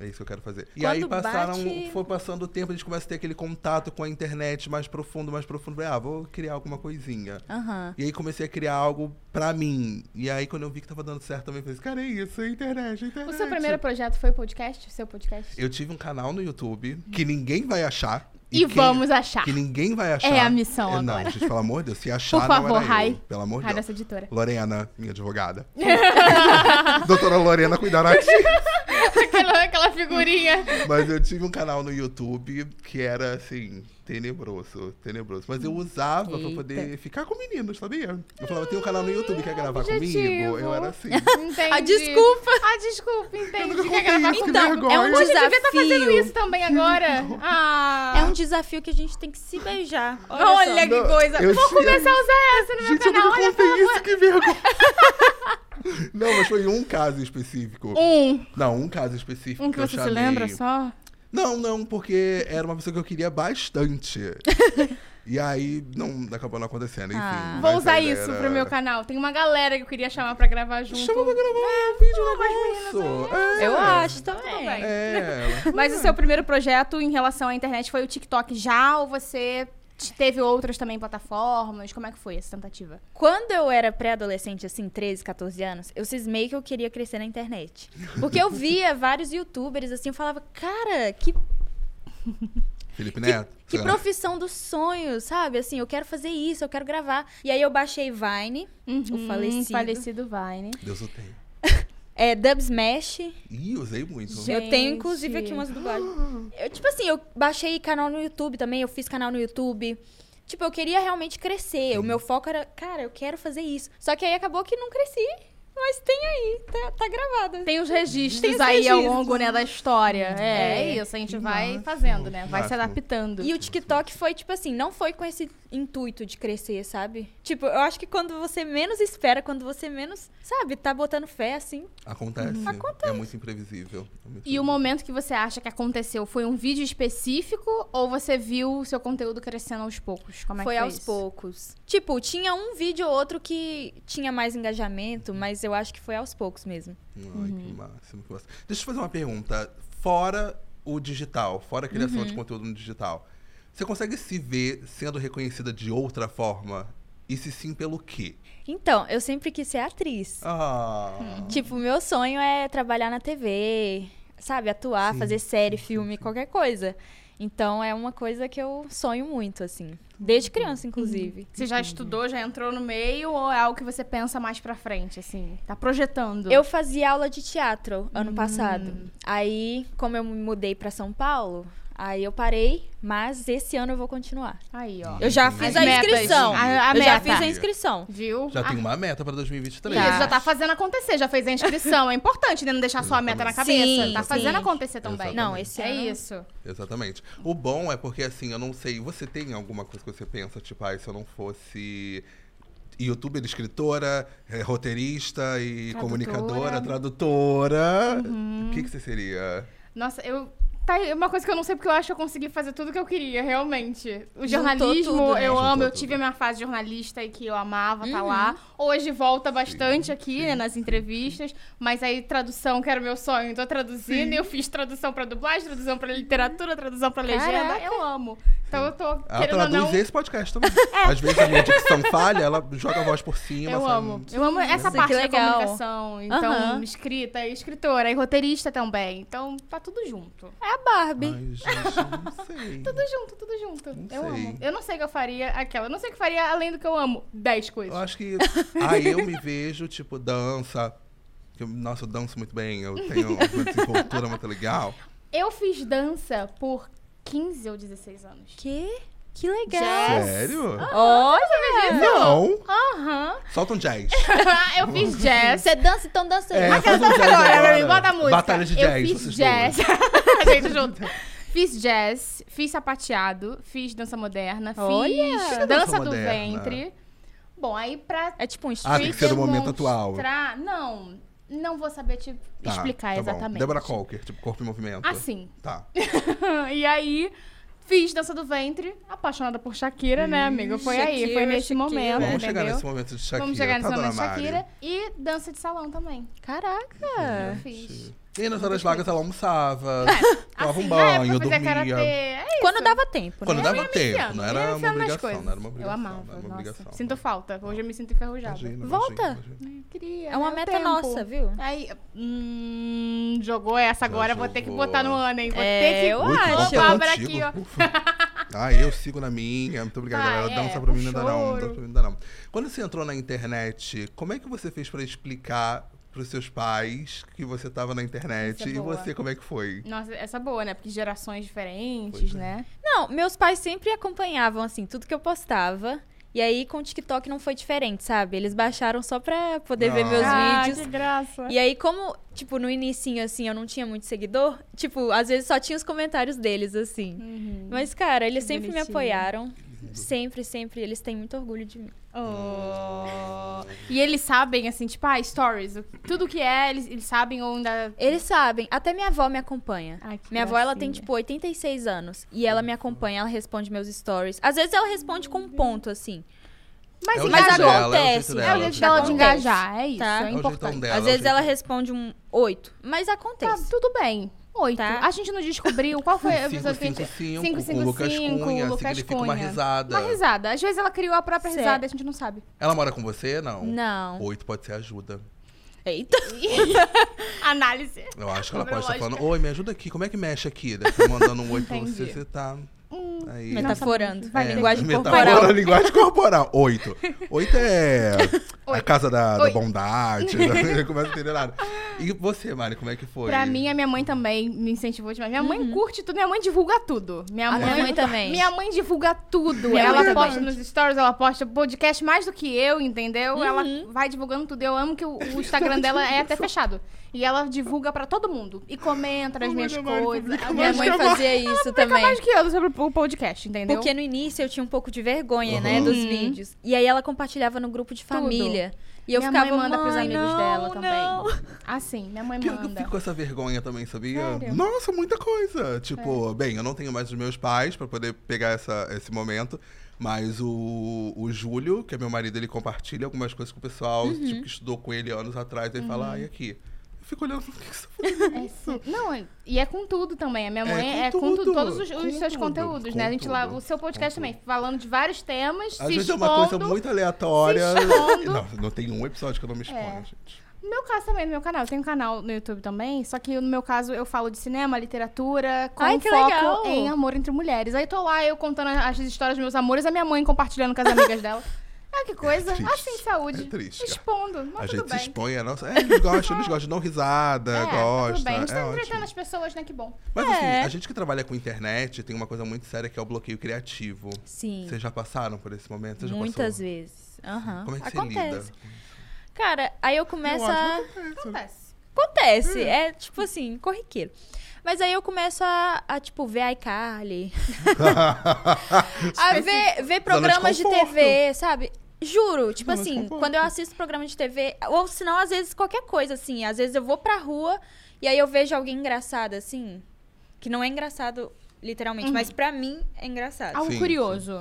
S2: É isso que eu quero fazer. e aí
S3: Quando
S2: passaram,
S3: bate-
S2: foi passando o tempo, a gente começa a ter aquele contato com a internet mais profundo, mais profundo. Falei, ah, vou criar alguma coisinha.
S3: Aham.
S2: E aí comecei a criar algo pra mim. E aí quando eu vi que tava dando certo também, eu falei assim, cara, é isso, é internet, é internet.
S1: O seu primeiro projeto foi o podcast? O seu podcast?
S2: Eu tive um canal no YouTube que ninguém vai achar.
S1: E,
S2: quem-
S1: vamos achar.
S2: Que ninguém vai achar.
S1: É a missão
S2: É, Não,
S1: agora.
S2: gente, pelo amor de Deus, se achar
S1: [laughs] Por
S2: não
S1: favor,
S2: era eu,
S1: Rai.
S2: Pelo amor de
S1: Ah,
S2: Deus.
S1: dessa editora.
S2: Lorena, minha advogada. [laughs] Doutora Lorena cuidará de
S1: [laughs] aquela, aquela figurinha.
S2: Mas eu tive um canal no YouTube que era, assim, tenebroso, tenebroso. Mas eu usava pra
S3: Eita.
S2: poder ficar com meninos, sabia? Eu falava, tem um canal no YouTube, quer gravar
S1: objetivo.
S2: comigo? Eu era assim.
S1: Entendi.
S3: A desculpa.
S1: A desculpa, entendi.
S2: nunca
S1: Quer gravar
S2: consegui,
S1: com
S2: que
S1: então,
S2: vergonha.
S3: é um
S1: Hoje devia estar fazendo
S3: desafio.
S1: isso também
S2: [laughs]
S1: agora. Ah.
S3: É um desafio que a gente tem que se beijar. Olha,
S1: Olha [laughs]
S3: só.
S1: que
S2: Não,
S1: coisa.
S2: eu
S1: Vou
S2: tinha-
S1: começar a usar essa no meu
S2: Gente, eu
S1: canal.
S2: nunca
S1: Olha,
S2: contei isso, que vergonha. [laughs] Não, mas foi um caso específico.
S1: um.
S2: Não, um caso específico.
S1: Um que
S2: eu
S1: você se
S2: chamei-
S1: lembra só?
S2: Não, não, porque era uma pessoa que eu
S1: [laughs]
S2: queria bastante. e aí, não, acabou não acontecendo, enfim.
S3: Ah.
S1: Vou
S2: mas
S1: usar
S2: ainda
S1: isso
S2: era-
S1: pro meu canal. Tem uma galera que eu queria chamar pra gravar junto.
S2: Chama pra gravar
S1: É,
S2: um vídeo lá
S1: assim,
S2: com isso.
S1: né?
S2: É.
S3: Eu acho também.
S1: Tudo bem.
S2: É.
S1: Mas o seu primeiro projeto em relação à internet foi o TikTok já ou você te- teve outras também plataformas? Como é que foi essa tentativa?
S3: Quando eu era pré-adolescente, assim, 13, 14 anos, eu cismei que eu queria crescer na internet. Porque eu via vários youtubers, assim, eu falava, cara, que,
S2: Felipe Neto.
S3: que
S2: sei lá.
S3: profissão dos sonhos, sabe? Assim, eu quero fazer isso, eu quero gravar. E aí eu baixei Vine, o falecido,
S1: Uhum, falecido né? Vine.
S2: Deus eu tenho.
S3: é, Dub Smash.
S2: Ih, usei muito.
S3: Eu tenho, inclusive, aqui
S1: Gente.
S3: umas dublagens. Eu, tipo assim, eu baixei canal no YouTube também, eu fiz canal no YouTube. Tipo, eu queria realmente crescer. O meu foco era, cara, eu quero fazer isso. Só que aí acabou que não cresci, mas tem aí, tá, tá gravado.
S1: Tem os registros
S3: Tem os
S1: aí ao
S3: registros.
S1: longo né, da história. É,
S3: É.
S1: é isso, a gente vai
S2: Máximo,
S1: fazendo, né? Vai se
S2: máximo.
S1: adaptando.
S3: E o TikTok foi, tipo assim, não foi com esse intuito de crescer, sabe? Tipo, eu acho que quando você menos espera, quando você menos, sabe, tá botando fé, assim.
S2: Acontece. É muito imprevisível. É muito
S1: Uhum. E o
S2: imprevisível.
S1: momento que você acha que aconteceu foi um vídeo específico ou você viu o seu conteúdo crescendo aos poucos? Como é
S3: foi
S1: que foi
S3: aos
S1: isso?
S3: poucos. Tipo, tinha um vídeo ou outro que tinha mais engajamento, mas eu acho que foi aos poucos mesmo.
S2: Ai,
S1: Uhum.
S2: que máximo. que máximo. Deixa eu te fazer uma pergunta. Fora o digital, fora a criação
S1: Uhum.
S2: de conteúdo no digital, você consegue se ver sendo reconhecida de outra forma? E se sim, pelo quê?
S3: Então, eu sempre quis ser atriz.
S2: Ah.
S3: Tipo, meu sonho é trabalhar na TV, sabe? Atuar,
S2: Sim,
S3: fazer série, filme, qualquer coisa. Então, é uma coisa que eu sonho muito, assim. Desde criança, inclusive.
S1: Você já estudou, já entrou no meio ou é algo que você pensa mais pra frente, assim? Tá projetando?
S3: Eu fazia aula de teatro
S1: Hum.
S3: ano passado. Aí, como eu me mudei pra São Paulo, aí eu parei, mas esse ano eu vou continuar.
S1: Aí, ó.
S3: Eu já
S2: Entendi.
S3: fiz
S1: Hum. As
S3: a
S1: metas.
S3: inscrição.
S1: A- a
S3: eu já
S1: meta.
S3: fiz a inscrição.
S1: Viu?
S2: Já
S1: Ah,
S2: tem uma meta pra 2023.
S1: Isso, já tá fazendo acontecer, já fez a inscrição. É importante, né? Não deixar só a meta na cabeça.
S3: Sim,
S1: tá
S3: sim.
S1: fazendo acontecer também.
S2: Exatamente.
S3: Não, esse
S1: é
S3: ano.
S1: isso.
S2: Exatamente. O bom é porque, assim, eu não sei, você tem alguma coisa que você pensa, tipo, ah, se eu não fosse youtuber, escritora, eh, roteirista e
S1: Tradutora.
S2: comunicadora, tradutora, o que, que você seria?
S1: Nossa, eu. Tá aí uma coisa que eu não sei porque eu acho que eu consegui fazer tudo que eu queria, realmente. O
S3: Juntou
S1: jornalismo,
S3: tudo, Uhum. né?
S1: eu
S2: Juntou
S1: amo. Eu
S2: tudo.
S1: tive a minha fase jornalista e que eu amava tá lá. Hoje volta bastante aqui, né, nas entrevistas. Mas aí, tradução, que era o meu sonho. Tô traduzindo, eu fiz tradução pra dublagem, tradução pra literatura, tradução pra legenda.
S3: Caraca.
S1: Eu amo. Então eu tô
S3: Ah,
S2: Ela
S1: querendo ou
S2: Ah, traduz
S1: não.
S2: esse podcast também. Às vezes a minha dicção falha, ela joga a voz por cima.
S1: Eu
S2: sabe?
S1: amo. Eu amo essa
S3: que
S1: parte da
S3: legal.
S1: comunicação. Então,
S3: Aham.
S1: escrita e escritora e roteirista também. Então, tá tudo junto.
S3: É a a Barbie.
S2: Ai, gente, não sei.
S1: Tudo junto, tudo junto.
S2: Não
S1: eu
S2: sei.
S1: amo. Eu não sei o que eu faria aquela. Eu não sei o que eu faria além do que eu amo. Dez coisas.
S2: Eu acho que. Aí eu me vejo, tipo, dança. que eu- nossa, eu danço muito bem, eu tenho uma desenvoltura muito legal.
S1: Eu fiz dança por 15 ou 16 anos.
S3: Que? Que legal.
S1: Jazz.
S2: Sério?
S3: Olha!
S2: Não!
S1: Aham. [laughs]
S2: Solta um jazz.
S1: eu fiz jazz.
S3: Você dança, então dança.
S2: É,
S3: aí.
S2: faz um
S1: Aquela dança
S2: jazz
S1: agora,
S2: agora.
S1: Gabi, bota a música.
S2: Batalha de
S1: Eu
S2: jazz,
S1: fiz
S2: vocês
S1: jazz. [laughs] Gente, junto. Fiz jazz, fiz sapateado, fiz dança moderna, fiz
S3: Olha!
S1: dança,
S2: Dança
S1: do
S2: moderna.
S1: ventre. Bom, aí pra
S3: É tipo um
S2: Ah, tem
S3: street.
S2: que ser no momento atual.
S1: demonstrar- Não, não vou saber te
S2: Tá,
S1: explicar
S2: tá bom.
S1: exatamente.
S2: Débora Colker, tipo, corpo em movimento.
S1: Assim.
S2: Tá.
S1: [laughs] e aí, fiz dança do ventre, apaixonada por Shakira, né, amigo? Foi aí, foi
S3: Hum, Shakira,
S1: nesse
S3: Shakira.
S1: momento,
S2: Vamos
S1: entendeu?
S2: chegar nesse momento de Shakira.
S1: Vamos chegar nesse
S2: tá,
S1: momento de
S2: dona Mari?
S1: Shakira. E dança de salão também. Eu
S3: Caraca!
S1: fiz. É, Assim,
S2: E aí, nas horas largas ela almoçava, tomava um
S1: na época
S2: banho,
S1: eu fazia karatê.
S2: dormia.
S1: É isso.
S3: Quando dava tempo,
S2: Quando
S3: né?
S2: dava tempo,
S1: Enfiando,
S2: não era
S1: ia
S2: uma
S1: enfiando nas
S2: obrigação,
S1: coisas.
S2: não era uma obrigação.
S1: Eu
S2: não
S1: amava,
S2: era uma
S1: nossa.
S2: obrigação.
S1: Sinto falta. Hoje eu me sinto enferrujada.
S2: Imagina, imagina,
S3: Volta.
S2: imagina.
S1: Queria,
S3: É uma
S1: né, o
S3: meta
S1: tempo.
S3: nossa, viu?
S1: Aí, hum, jogou essa agora, vou ter que
S2: jogou.
S1: botar no ano, hein? Vou
S3: É,
S1: ter que...
S3: eu
S2: Ui,
S3: acho.
S2: volta
S1: Ó, Bárbara
S2: contigo.
S1: aqui, ó.
S2: Ufa. [laughs] Ah, eu sigo na minha. Muito obrigada,
S1: Ah,
S2: galera.
S1: é,
S2: Dança um pra mim,
S1: o
S2: ainda não.
S1: choro.
S2: Dança pra mim, ainda não. Quando você entrou na internet, como é que você fez pra explicar pros seus pais que você tava na internet?
S1: Essa é
S2: e
S1: boa.
S2: você, como é que foi?
S1: Nossa, essa é boa, né? Porque gerações diferentes,
S2: Pois é.
S1: né?
S3: Não, meus pais sempre acompanhavam, assim, tudo que eu postava. E aí, com o TikTok não foi diferente, sabe? Eles baixaram só pra poder ver
S2: Ah.
S3: meus
S1: ah,
S3: vídeos.
S1: que graça.
S3: E aí, como, tipo, no inicinho, assim, eu não tinha muito seguidor, tipo, às vezes só tinha os comentários deles, assim.
S1: Uhum.
S3: Mas, cara, eles
S1: Que
S3: sempre me
S1: bonitinho.
S3: apoiaram. Sempre, sempre. Eles têm muito orgulho de mim.
S1: Oh. E eles sabem, assim, tipo, ah, stories, o- tudo que é, eles, eles sabem ou ainda...
S3: Eles sabem. Até minha avó me acompanha.
S1: Ai, que
S3: Minha avó, ela tem,
S1: gracinha.
S3: tipo, 86 anos. E ela me acompanha, ela responde meus stories. Às vezes ela responde com um ponto, assim.
S1: Mas
S2: É o
S3: Mas
S2: jeito dela, é o
S3: acontece.
S2: jeito
S1: É o
S2: dela,
S1: jeito dela de
S2: acontece.
S1: engajar, é isso,
S3: Tá. É o
S1: é
S2: jeitão
S1: importante.
S2: dela.
S3: Às
S2: é o
S3: vezes ela
S2: jeito-
S3: responde um 8. Mas
S1: Tá,
S3: acontece.
S1: tudo bem. Oito.
S3: Tá.
S1: A gente não descobriu qual foi a episódio que a gente...
S2: 555, com o Lucas
S1: 555,
S2: Cunha,
S1: Lucas
S2: significa uma
S1: Cunha.
S2: risada.
S1: Uma risada. Às vezes ela criou a própria
S3: Certo.
S1: risada, a gente não sabe.
S2: Ela mora com você? Não.
S3: Não.
S2: Oito pode ser ajuda.
S3: Eita.
S1: Análise.
S2: Eu acho que
S1: Sobre
S2: ela pode estar
S1: lógica.
S2: falando, oi, me ajuda aqui, como é que mexe aqui? Deve estar mandando um oi pra você,
S1: Entendi. Hum. tá
S2: você tá. Aí.
S3: Metaforando.
S1: Vai,
S2: É,
S3: linguagem
S2: metáfora,
S3: corporal.
S2: linguagem corporal. Oito. Oito é a
S1: Oito.
S2: casa da, da
S1: Oito.
S2: bondade. né? [laughs] Começa a entender nada. E você, Mari, como é que foi?
S1: Pra mim, a minha mãe também me incentivou demais. Minha mãe curte tudo, minha mãe divulga tudo. Uhum. Minha
S3: A minha mãe também.
S1: Minha mãe divulga tudo.
S3: Minha
S1: ela
S3: mãe também.
S1: posta nos stories, ela posta podcast mais do que eu, entendeu?
S3: Uhum.
S1: Ela vai divulgando tudo. Eu amo que o, o Instagram dela é até fechado. E ela divulga pra todo mundo. E comenta nas
S2: Ai,
S1: minhas
S2: minha mãe,
S1: coisas.
S2: publica
S1: A
S3: Minha
S1: minha mãe
S2: mais
S3: mãe
S2: que
S3: fazia isso também.
S1: mais do que eu sobre o podcast, entendeu?
S3: Porque no início eu tinha um pouco de vergonha, né,
S2: Uhum.
S3: dos vídeos. E aí ela compartilhava no grupo de família. E eu
S1: minha
S3: ficava
S1: mãe manda pros
S3: "Mãe,
S1: amigos
S3: não,
S1: dela
S3: não."
S1: também. Assim, minha
S2: [laughs]
S1: mãe
S2: Pior que eu
S1: manda.
S2: fico com essa vergonha também, sabia?
S1: Sério? É.
S2: Nossa, muita coisa. Tipo, bem, eu não tenho mais os meus pais pra poder pegar essa, esse momento. Mas o, o Júlio, que é meu marido, ele compartilha algumas coisas com o pessoal,
S1: Uhum.
S2: tipo, que estudou com ele anos atrás, aí fala, ai, aqui. Eu fico olhando, por que que você tá fazendo
S1: É, sim. Não, é- e é com tudo também. A minha
S2: É
S1: mãe
S2: com
S1: é, com
S2: tudo,
S1: tudo, todos os, os
S2: com
S1: seus
S2: tudo,
S1: conteúdos, né?
S2: com
S1: A gente lá,
S2: tudo,
S1: o seu podcast
S2: com tudo.
S1: também, falando de vários temas, se
S2: Às vezes é
S1: expondo.
S2: uma coisa muito aleatória.
S1: se expondo.
S2: Não, não tem um episódio que eu não me exponha,
S1: É.
S2: gente.
S1: No meu caso também, no meu canal. Eu tenho um canal no YouTube também, só que no meu caso eu falo de cinema, literatura, com
S3: Ai, que
S1: foco
S3: legal.
S1: em amor entre mulheres. Aí tô lá, eu contando as histórias dos meus amores, a minha mãe compartilhando com as amigas
S3: [laughs]
S1: dela. Ah, que coisa.
S2: triste.
S1: assim, saúde.
S2: É triste, cara.
S1: Expondo, mas
S2: a
S1: tudo
S2: gente
S1: bem.
S2: se expõe, a nossa. É, eles gostam, eles gostam, dão risada,
S1: é,
S2: gostam.
S1: tudo bem. A gente
S2: é
S1: tá
S2: ótimo.
S1: entretendo as pessoas, né? Que bom.
S2: Mas assim,
S3: É.
S2: a gente que trabalha com internet tem uma coisa muito séria que é o bloqueio criativo.
S3: Sim.
S2: Vocês já passaram por esse momento? Você já
S3: Muitas
S2: passou?
S3: vezes. Aham.
S2: Como é que
S3: Acontece.
S2: [laughs] você lida?
S3: Cara, aí eu começo
S2: Eu Hum.
S3: a.
S2: acho que acontece.
S1: Acontece.
S3: Acontece. É tipo assim, corriqueiro. Mas aí eu começo a, a, tipo, ver a iCarly. a ver, ver programas de,
S2: conforto.
S3: TV, sabe? Juro, tipo
S2: Zona de
S3: assim,
S2: conforto.
S3: quando eu assisto programa de TV, ou senão às vezes qualquer coisa, assim. Às vezes eu vou pra rua e aí eu vejo alguém engraçado, assim. Que não é engraçado,
S2: Uhum.
S3: literalmente, mas pra mim é engraçado.
S1: Algo
S2: sim.
S1: curioso.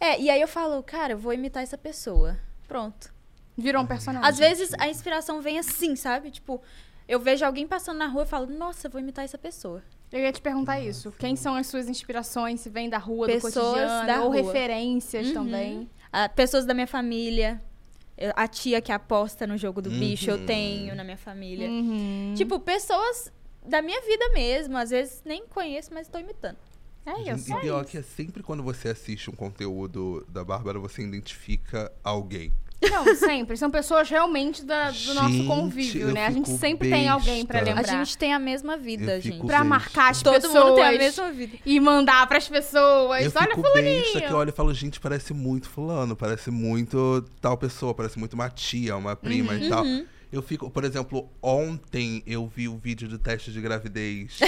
S3: É, e aí eu falo, cara, eu vou imitar essa pessoa. Pronto.
S1: Virou um personagem.
S3: Às vezes a inspiração vem assim, sabe? Tipo, eu vejo alguém passando na rua e falo, nossa, eu vou imitar essa pessoa.
S1: Eu ia te perguntar isso. Quem são as suas inspirações? Se vem da rua,
S3: Pessoas
S1: do cotidiano,
S3: da
S1: ou
S3: rua. Uhum.
S1: referências também.
S3: Ah, pessoas da minha família. eu- A tia que aposta no jogo do bicho, eu
S2: Uhum.
S3: tenho na minha família.
S1: Uhum.
S3: Tipo, pessoas da minha vida mesmo. Às vezes nem conheço, mas estou imitando.
S1: É isso.
S2: E
S1: É
S2: pior
S1: isso.
S2: que é sempre quando você assiste um conteúdo da Bárbara, você identifica alguém.
S1: Não, sempre. São pessoas realmente da- do nosso
S2: Gente,
S1: convívio,
S2: eu
S1: né? A gente
S2: fico
S1: sempre tem alguém pra
S2: besta.
S3: A
S1: lembrar.
S3: gente tem a mesma vida,
S2: Eu fico
S3: gente.
S1: Pra
S2: besta.
S1: marcar as
S3: Todo
S1: pessoas.
S3: mundo tem a mesma vida.
S1: E mandar pras pessoas.
S2: eu
S1: Olha,
S2: fico besta que eu olho e falo, gente, parece muito fulano, parece muito tal pessoa, parece muito uma tia, uma prima
S1: Uhum.
S2: e tal. Eu fico, por exemplo, ontem eu vi o vídeo do teste
S1: [laughs]
S2: de gravidez.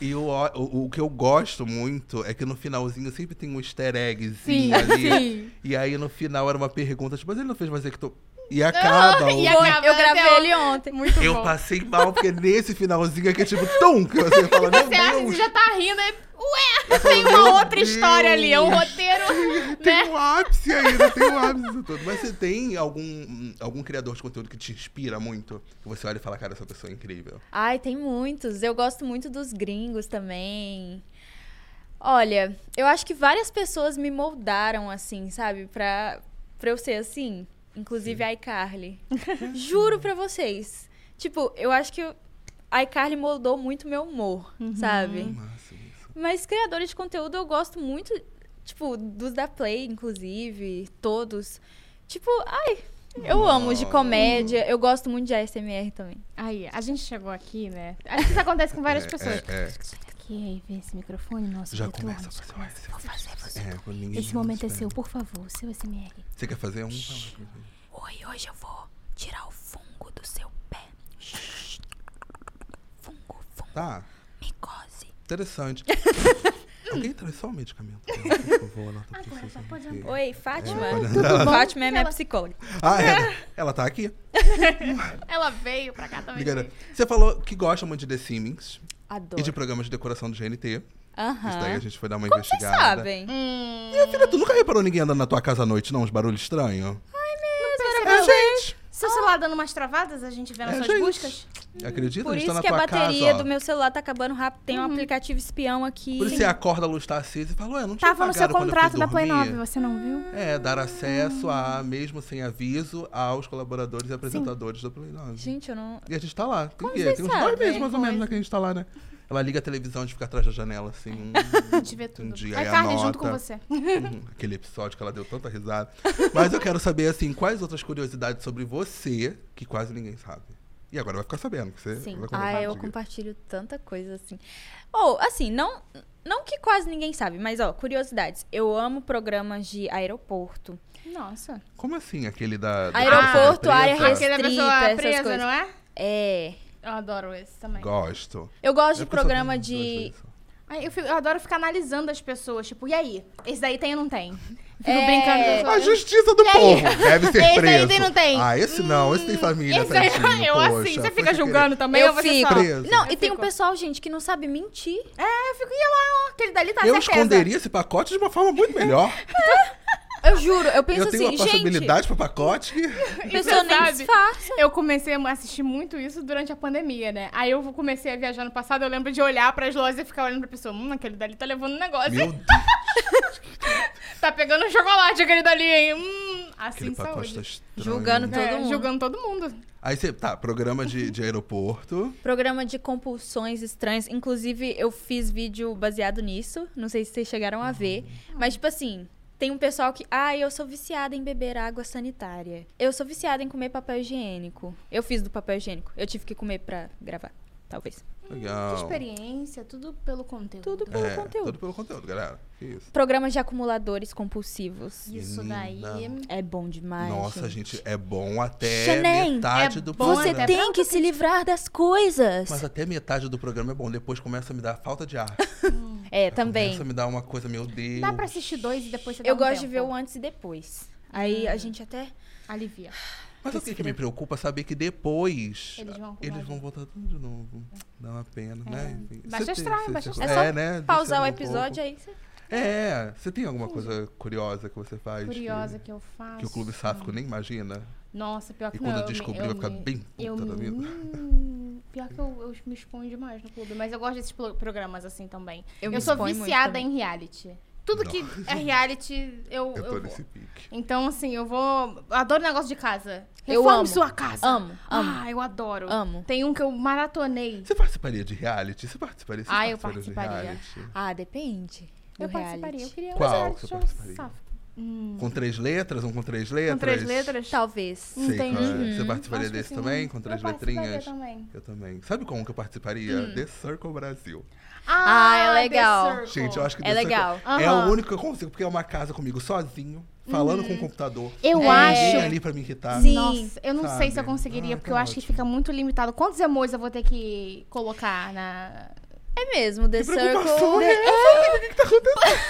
S2: E eu ó- o, o que eu gosto muito é que no finalzinho sempre tem um easter eggzinho
S1: Sim,
S2: ali.
S1: assim. sim.
S2: E aí no final era uma pergunta, tipo, mas ele não fez vasectomia. E acaba. o-
S1: Ah, e acaba
S3: Eu
S1: até
S3: gravei ele
S1: ontem.
S3: ontem.
S1: Muito
S2: Eu
S1: bom.
S2: passei mal, porque nesse finalzinho aqui é tipo, tum! Que você fala, meu
S1: [laughs] Você acha que
S2: Deus!
S1: já tá rindo aí. Ué,
S2: falo,
S1: tem uma
S2: "Meu
S1: outra
S2: Deus."
S1: história ali. É um
S3: [laughs]
S1: roteiro,
S2: Tem
S1: né?
S2: um ápice ainda, tem um ápice disso tudo. Mas você
S1: [laughs]
S2: tem algum, algum criador de conteúdo que te inspira muito? Que você olha e fala, cara, essa pessoa é incrível.
S3: Ai, tem muitos. Eu gosto muito dos gringos também. Olha, eu acho que várias pessoas me moldaram assim, sabe? Pra, pra eu ser assim. Inclusive a iCarly. Juro pra vocês. Tipo, eu acho que eu- a iCarly moldou muito meu humor,
S1: Hum.
S3: sabe?
S2: Massa isso.
S3: Mas criadores de conteúdo eu gosto muito, tipo, dos da Play, inclusive, todos. Tipo, ai, eu amo os de
S2: Nossa.
S3: comédia, eu gosto muito de ASMR também.
S1: Aí, a gente chegou aqui, né? Acho que isso acontece com várias
S2: É,
S1: pessoas.
S2: é, é.
S1: Aqui, aí, vê esse microfone nosso.
S2: Já
S1: retorno,
S2: começa a fazer um
S1: Vou fazer você.
S2: É, quando ninguém
S1: Esse momento é
S2: espera.
S1: seu, por favor, seu SMR.
S2: Você quer fazer um? Fala pra mim.
S3: Oi, hoje eu vou tirar o fungo do seu pé. Fungo, fungo,
S2: Tá,
S3: micose.
S1: [laughs]
S2: interessante. Alguém traz só o medicamento? Por favor, anota pra
S1: Agora,
S2: você.
S1: só pode andar.
S3: Oi, Fátima.
S2: Ela-
S3: Fátima é minha psicóloga.
S2: Ah, é.
S1: [laughs]
S2: Ela tá aqui.
S1: Ela veio pra cá também.
S2: Obrigada. Você falou que gosta muito de The Simmings e
S3: Adoro.
S2: de programas de decoração do GNT. Isso daí a
S3: Aham.
S2: gente foi dar uma
S3: Como vocês
S2: investigada.
S3: sabem?
S1: Hum,
S2: Minha filha, tu nunca reparou ninguém andando na tua casa à noite, não? Uns barulhos estranhos?
S1: percebeu?
S2: É gente!
S1: Seu celular dando umas travadas, a gente vê nas
S2: É,
S1: suas
S2: gente.
S1: buscas?
S2: Acredita? a
S3: Por
S2: gente tá
S3: isso
S2: na
S3: que a
S2: tua
S3: bateria
S2: casa, ó.
S3: do meu celular tá acabando rápido. Tem um aplicativo espião aqui.
S2: Por isso você acorda, a luz tá acesa e fala, ué, não tinha
S1: Tava no seu
S2: apagado quando eu fui
S1: contrato da Play
S2: dormir?"
S1: 9, você não viu?
S2: É, dar acesso a, mesmo sem aviso, aos colaboradores e apresentadores da Play 9.
S3: Gente, eu não.
S2: E a gente tá lá. Tem,
S3: Como
S2: que-
S3: vocês
S2: tem uns dois
S3: sabem?
S2: meses, mais ou menos, né, que a gente tá lá, né? Ela liga a televisão, a gente fica atrás da janela, assim.
S1: A
S2: um-
S1: gente vê tudo.
S2: Um dia,
S1: Aí,
S2: aí
S1: Carmen,
S2: anota.
S1: junto com você.
S2: Uhum, [laughs] Aquele episódio que ela deu tanta risada. Mas eu quero saber, assim, quais outras curiosidades sobre você que quase ninguém sabe. E agora vai ficar sabendo, que você
S3: Sim.
S2: vai conversar
S3: Ah, eu
S2: comigo.
S3: compartilho tanta coisa assim. Ou, assim, não, não que quase ninguém sabe, mas ó, curiosidades. Eu amo programas de aeroporto.
S1: Nossa.
S2: Como assim, aquele da... da
S3: Aeroporto,
S2: Preta?
S1: É
S3: área restrita.
S1: Aquele da pessoa
S3: essas
S1: presa,
S3: coisas.
S1: não é?
S3: É.
S1: Eu adoro esse também.
S2: Gosto.
S3: Eu gosto
S2: É
S3: de
S2: porque eu só
S3: programa
S2: tenho
S3: de.
S2: duas vezes.
S1: Ai, eu, fico- eu adoro ficar analisando as pessoas, tipo, e aí? Esse daí tem ou não tem? Fico
S3: É.
S1: brincando. com
S2: A
S1: as pessoas.
S2: justiça do
S1: E aí?
S2: povo
S1: [laughs]
S2: deve ser
S1: Esse
S2: preso.
S1: aí tem, não tem? Hum,
S2: Ah, esse não, esse tem família.
S1: Esse aí, [laughs]
S2: certinho,
S1: eu
S2: poxa.
S1: assim, você
S2: Foi
S1: fica
S2: sem
S1: julgando também,
S3: eu
S1: ou você
S3: fico.
S1: só...
S2: Preso.
S3: Não, e
S1: Eu
S3: tem um
S1: fico.
S3: pessoal, gente, que não sabe mentir.
S1: É, eu fico, ia lá, ó, aquele dali tá
S2: querer. Eu
S1: certeza.
S2: esconderia esse pacote de uma forma muito melhor.
S3: Eu juro, eu penso
S2: eu tenho
S3: assim,
S2: uma
S3: gente,
S2: possibilidade pro
S1: [laughs]
S2: pacote que...
S3: a
S1: E
S3: pessoa
S1: você
S3: nem
S1: sabe?
S3: disfarça.
S1: Eu comecei a assistir muito isso durante a pandemia, né? Aí eu comecei a viajar no passado, eu lembro de olhar pras lojas e ficar olhando pra pessoa, hum, aquele dali tá levando um negócio,
S2: Meu
S1: hein?
S2: Deus,
S1: Tá pegando um chocolate aquele dali, hein? Hum,
S2: aquele
S1: assim
S2: pacote tá
S1: saúde.
S2: estranho.
S3: Julgando todo
S1: É,
S3: mundo.
S1: julgando todo mundo.
S2: Aí você, tá, programa de, de aeroporto.
S3: Programa de compulsões estranhas. Inclusive, eu fiz vídeo baseado nisso. Não sei se vocês chegaram a ver. Mas, tipo assim, tem um pessoal que. Ah, eu sou viciada em beber água sanitária. Eu sou viciada em comer papel higiênico. Eu fiz do papel higiênico. Eu tive que comer pra gravar, talvez.
S2: Legal.
S1: Experiência, tudo pelo conteúdo.
S3: Tudo pelo
S2: É,
S3: conteúdo.
S2: tudo pelo conteúdo, galera. Que isso.
S3: Programas de acumuladores compulsivos.
S1: Isso
S2: Menina.
S1: daí.
S3: É bom demais.
S2: Nossa, gente, é bom até
S3: Xenem,
S2: metade
S1: é
S2: do
S1: bom
S2: programa.
S3: Você
S1: até
S3: tem que se livrar das coisas.
S2: Mas até metade do programa é bom. Depois começa a me dar falta de ar.
S3: É, também.
S2: Começa a me dar uma coisa, meu Deus.
S1: Dá pra assistir dois e depois você dá
S3: Eu
S1: um
S3: gosto de
S1: tempo.
S3: ver o antes e depois. Aí a gente até.
S1: Alivia.
S2: Mas o que, que me preocupa é saber que depois
S1: Eles vão
S2: eles vão voltar tudo de novo. Dá uma pena, né? Enfim,
S1: Baixa
S2: você tem-
S1: astral,
S2: você-
S1: baixa
S2: você-
S1: astral.
S3: É só
S2: né?
S3: Pausar
S2: Deixa
S3: o
S2: um pouco.
S3: episódio aí. Você...
S2: É, você tem alguma coisa curiosa que você faz? que-
S1: Curiosa que eu
S2: Que,
S1: faço.
S2: o clube sáfico nem imagina.
S1: Nossa, pior que
S2: E quando
S1: não,
S2: eu descobri,
S1: me-
S2: vai ficar
S1: me-
S2: bem puta
S1: eu
S2: da
S1: me-
S2: vida.
S1: hum, Pior que eu, eu me exponho demais no clube. Mas eu gosto desses pro- programas assim também.
S3: Eu
S1: Eu,
S3: me
S1: sou
S3: exponho muito
S1: viciada
S3: também.
S1: em reality. Tudo
S2: Não.
S1: que
S2: [laughs]
S1: é reality, eu,
S2: Eu
S1: eu
S2: tô
S1: vou.
S2: nesse pique.
S1: Então, assim, eu vou. Adoro negócio de casa.
S3: Eu
S1: Reforme
S3: amo.
S1: sua casa.
S3: Amo, amo.
S1: Ah, eu adoro.
S3: Amo.
S1: Tem um que eu maratonei.
S2: Você participaria de reality? Você participaria? Você
S1: Ah, eu
S2: De
S1: participaria.
S2: reality?
S3: Ah, depende. do
S1: eu participaria. Eu
S3: reality.
S1: queria
S2: Qual
S1: um reality
S2: que você
S1: show
S2: participaria?
S1: safado.
S2: Com três letras? Um com três letras?
S1: Hum. Com três letras?
S3: Tá. Talvez.
S2: Sei qual é.
S1: Entendi.
S2: Você participaria
S1: Acho que
S2: desse
S1: sim.
S2: também? Com três
S1: eu participaria
S2: letrinhas?
S1: Também.
S2: Eu também. Sabe como que eu participaria? The Circle Brasil.
S1: Ah,
S3: é
S1: The
S3: legal.
S1: Circle.
S2: Gente, eu acho que
S3: É
S2: The Circle
S3: legal.
S2: É
S1: Aham. Uhum.
S2: o único que eu consigo, porque é uma casa comigo sozinho, falando com o computador.
S1: Eu
S2: Tem ninguém é
S1: acho-
S2: ali pra me irritar.
S3: Sim.
S1: Nossa, eu não
S2: Sabe?
S1: sei se eu conseguiria,
S2: Ah,
S1: porque
S2: tá
S1: eu acho que
S2: ótimo.
S1: fica muito limitado. Quantos emojis eu vou ter que colocar na.
S3: É mesmo, The
S2: Que preocupação
S3: Circle.
S2: é
S1: né?
S2: essa? O que que tá acontecendo?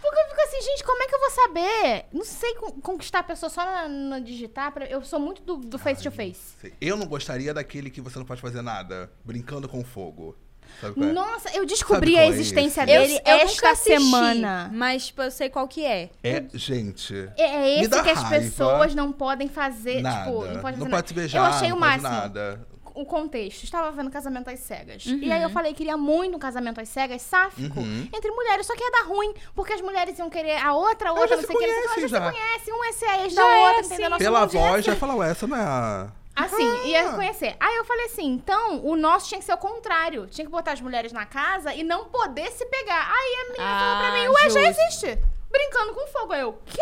S1: Porque eu fico assim, gente, como é que eu vou saber? Não sei con- conquistar a pessoa só na, na digitar. pra- Eu sou muito do, do face to face.
S2: Eu não gostaria daquele que você não pode fazer nada, brincando com fogo. Sabe qual é?
S1: Nossa, eu descobri
S2: Sabe
S1: a
S2: qual é
S1: existência
S2: esse?
S3: Eu,
S1: dele
S3: eu
S1: esta
S3: nunca assisti,
S1: semana.
S3: Mas, tipo, eu sei qual que é.
S2: É, gente.
S1: É- É
S2: Me
S1: esse
S2: dá
S1: que as
S2: raiva.
S1: pessoas não podem fazer.
S2: nada.
S1: Tipo, não pode fazer nada.
S2: se beijar,
S1: Eu achei
S2: não
S1: o
S2: pode
S1: máximo.
S2: nada.
S1: O contexto. Estava vendo casamento às cegas. E aí eu falei que queria muito um casamento às cegas, sáfico,
S2: Uhum.
S1: entre mulheres. Só que ia dar ruim, porque as mulheres iam querer a outra, a
S2: Elas
S1: outra,
S2: já
S1: não
S2: se
S1: sei o que. não sei o que. Elas
S2: conhecem já.
S1: conhecem, um é ser a ex
S3: Já
S1: da
S3: é
S1: outra,
S3: assim.
S1: entendeu? Nosso
S2: Pela
S1: mundo já é
S2: voz, já fala, ué, essa não é a...
S1: Assim,
S2: Ah.
S1: ia conhecer. Aí eu falei assim, então o nosso tinha que ser o contrário. Tinha que botar as mulheres na casa e não poder se pegar. Aí a menina falou pra
S3: Ah,
S1: mim, ué, já
S3: justo.
S1: existe. Brincando com fogo. Aí eu, quê?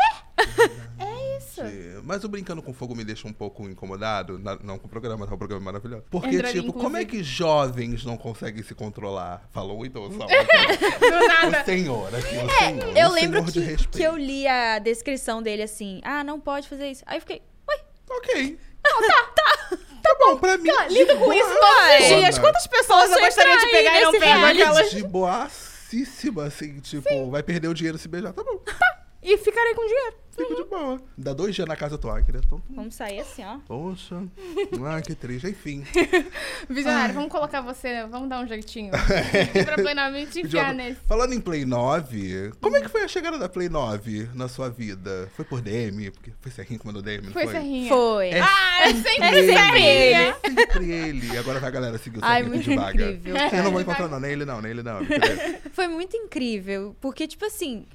S1: é isso.
S2: É, Mas o Brincando com Fogo me deixa um pouco incomodado. na- não com o programa, tá? O programa é maravilhoso. Porque,
S1: Entraria,
S2: tipo, como é
S1: inclusive.
S2: que jovens não conseguem se controlar? Falou
S1: [laughs]
S2: o idosão.
S1: Do
S2: o
S1: nada. É,
S2: senhor aqui, o senhor.
S3: Eu
S2: o
S3: lembro
S2: senhor de
S3: que,
S2: respeito.
S3: que eu li a descrição dele assim: ah, não pode fazer isso. Aí eu fiquei, ué,
S2: Ok. tá, tá. Tá bom, pra mim.
S1: Cara, lido
S2: de
S1: com
S2: boa.
S1: isso todos os
S2: Olha,
S1: dias. Quantas pessoas eu
S3: assim?" Posso
S1: gostaria de
S3: entrar aí
S1: pegar e não
S3: nesse
S1: pego
S3: reality?
S1: é, aquelas?
S2: De boacíssima, assim, tipo, vai perder o dinheiro se beijar. Tá bom,
S1: E ficarei com dinheiro.
S2: [laughs] fico de boa. Dá dois dias na casa tua, querida. Então,
S3: vamos sair assim, ó. [laughs]
S2: poxa. Ah, que triste. Enfim.
S1: Visionário, vamos colocar você, vamos dar um
S2: [laughs]
S1: jeitinho. pra plenamente enfiar
S2: Idiota.
S1: nesse.
S2: Falando em Play 9, como é que foi a chegada da Play 9 na sua vida? Foi por DM? Porque foi Serrinho que mandou DM, não foi?
S1: Foi serrinha.
S3: Foi.
S2: É
S1: Ah, eu sempre
S2: Ele,
S1: serrinha.
S2: é sempre ele. Agora vai a galera seguir o
S3: Ai,
S2: Serrinho
S3: muito
S2: de vaga.
S3: incrível.
S2: Eu não vou
S1: Ele
S2: encontrar não, nem ele não, nem ele
S3: [laughs]
S2: não. brincadeira.
S3: Foi muito incrível, porque, tipo assim,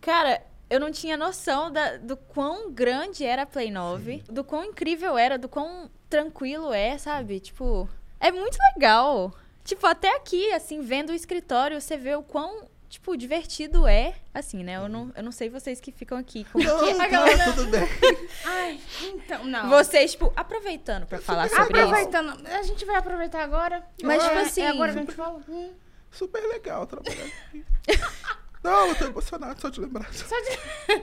S3: cara, eu não tinha noção da- do quão grande era a Play 9, do quão incrível era, do quão tranquilo é, sabe? Tipo, é muito legal. Tipo, até aqui, assim, vendo o escritório, você vê o quão, tipo, divertido é. Assim, né? Eu não, eu não sei vocês que ficam aqui. Como que...
S2: Não,
S1: galera-
S2: tá, tudo bem.
S1: Ai, então, não.
S3: Vocês, tipo, aproveitando pra falar sobre isso.
S1: Aproveitando, a gente vai aproveitar agora.
S3: Mas,
S1: É-
S3: tipo assim-
S1: É agora que a gente fala. Hum.
S2: Super legal trabalhar aqui. Não, eu tô emocionado só de lembrar.
S1: Só de...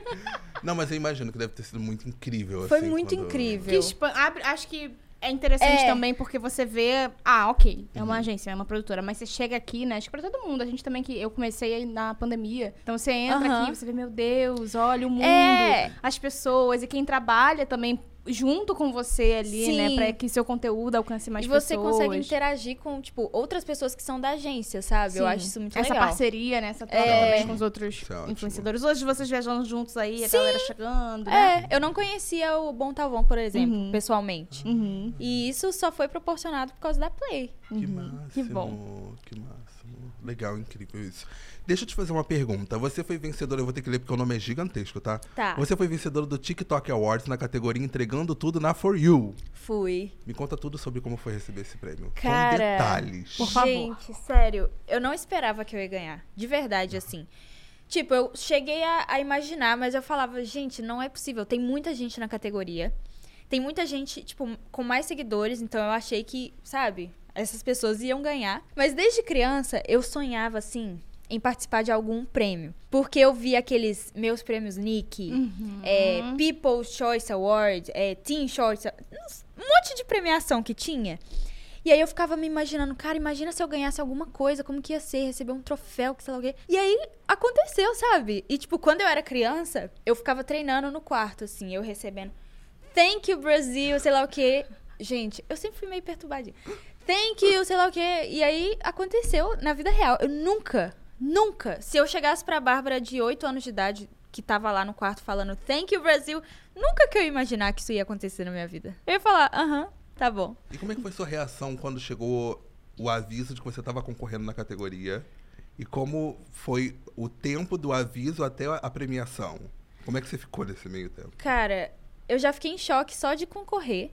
S2: Não, mas eu imagino que deve ter sido muito incrível.
S3: Foi
S2: assim,
S3: muito
S2: quando-
S1: que
S3: incrível.
S1: expan- abre- Acho que é interessante
S3: É. Uhum.
S1: também, porque você vê. Ah, ok, é uma agência, é uma produtora. Mas você chega aqui, né? Acho que pra todo mundo. A gente também que. Eu comecei aí na pandemia. Então você entra
S3: Aham.
S1: aqui, você vê, meu Deus, olha o mundo,
S3: É.
S1: as pessoas e quem trabalha também junto com você ali, né?
S3: Sim.
S1: Pra que seu conteúdo alcance mais
S3: e você
S1: pessoas.
S3: consegue interagir com, tipo, outras pessoas que são da agência, sabe? Eu
S1: Sim.
S3: acho isso muito
S1: Essa
S3: legal.
S1: parceria, né? Essa troca
S2: É.
S1: também com os outros
S2: Isso é ótimo.
S1: influenciadores. Hoje vocês viajando juntos aí, a
S3: Sim.
S1: galera chegando. Né?
S3: É, eu não conhecia o Bom Talvão, por exemplo,
S1: Uhum.
S3: pessoalmente.
S1: Uhum.
S3: E isso só foi proporcionado por causa da Play.
S2: Que
S1: Uhum.
S2: máximo.
S1: Que bom.
S2: Que máximo. Legal, incrível isso. Deixa eu te fazer uma pergunta. Você foi vencedora, eu vou ter que ler porque o nome é gigantesco, tá?
S1: Ah.
S3: Tá.
S2: Você foi vencedora do TikTok Awards na categoria Entregando Tudo na For You.
S3: Fui.
S2: Me conta tudo sobre como foi receber esse prêmio. Com
S3: Cara,
S2: detalhes.
S1: por favor.
S3: Gente, sério, eu não esperava que eu ia ganhar. De verdade, assim. Tipo, eu cheguei a, a imaginar, mas eu falava, gente, não é possível. Tem muita gente na categoria. Tem muita gente, tipo, com mais seguidores, então eu achei que, sabe, essas pessoas iam ganhar. Mas desde criança, eu sonhava, assim, em participar de algum prêmio. Porque eu vi aqueles meus prêmios
S1: Uhum.
S3: Nick, é, People's Choice Award, é, Teen Choice, um monte de premiação que tinha. E aí eu ficava me imaginando, cara, imagina se eu ganhasse alguma coisa, como que ia ser, receber um troféu, que sei lá o quê. E aí aconteceu, sabe? E tipo, quando eu era criança, eu ficava treinando no quarto, assim, eu recebendo Thank you, Brasil, sei lá o quê. Gente, eu sempre fui meio perturbadinha. Thank you, sei lá o quê. E aí aconteceu na vida real. Eu nunca, nunca, se eu chegasse pra Bárbara de 8 anos de idade, que tava lá no quarto falando Thank you, Brasil, nunca que eu ia imaginar que isso ia acontecer na minha vida. Eu ia falar, aham, tá bom.
S2: E como é que foi sua reação quando chegou o aviso de que você estava concorrendo na categoria E como foi o tempo do aviso até a premiação? Como é que você ficou nesse meio tempo?
S3: Cara, eu já fiquei em choque só de concorrer.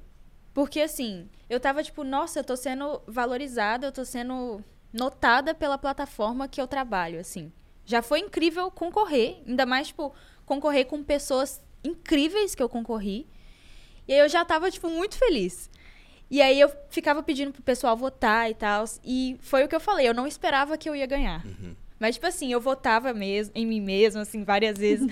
S3: Porque, assim, eu tava tipo, nossa, eu tô sendo valorizada, eu tô sendo notada pela plataforma que eu trabalho, assim. Já foi incrível concorrer, ainda mais, tipo, concorrer com pessoas incríveis que eu concorri. E aí eu já tava, tipo, muito feliz. E aí eu ficava pedindo pro pessoal votar e tal. E foi o que eu falei, eu não esperava que eu ia ganhar. Mas, tipo assim, eu votava mesmo, em mim mesma, assim, várias vezes.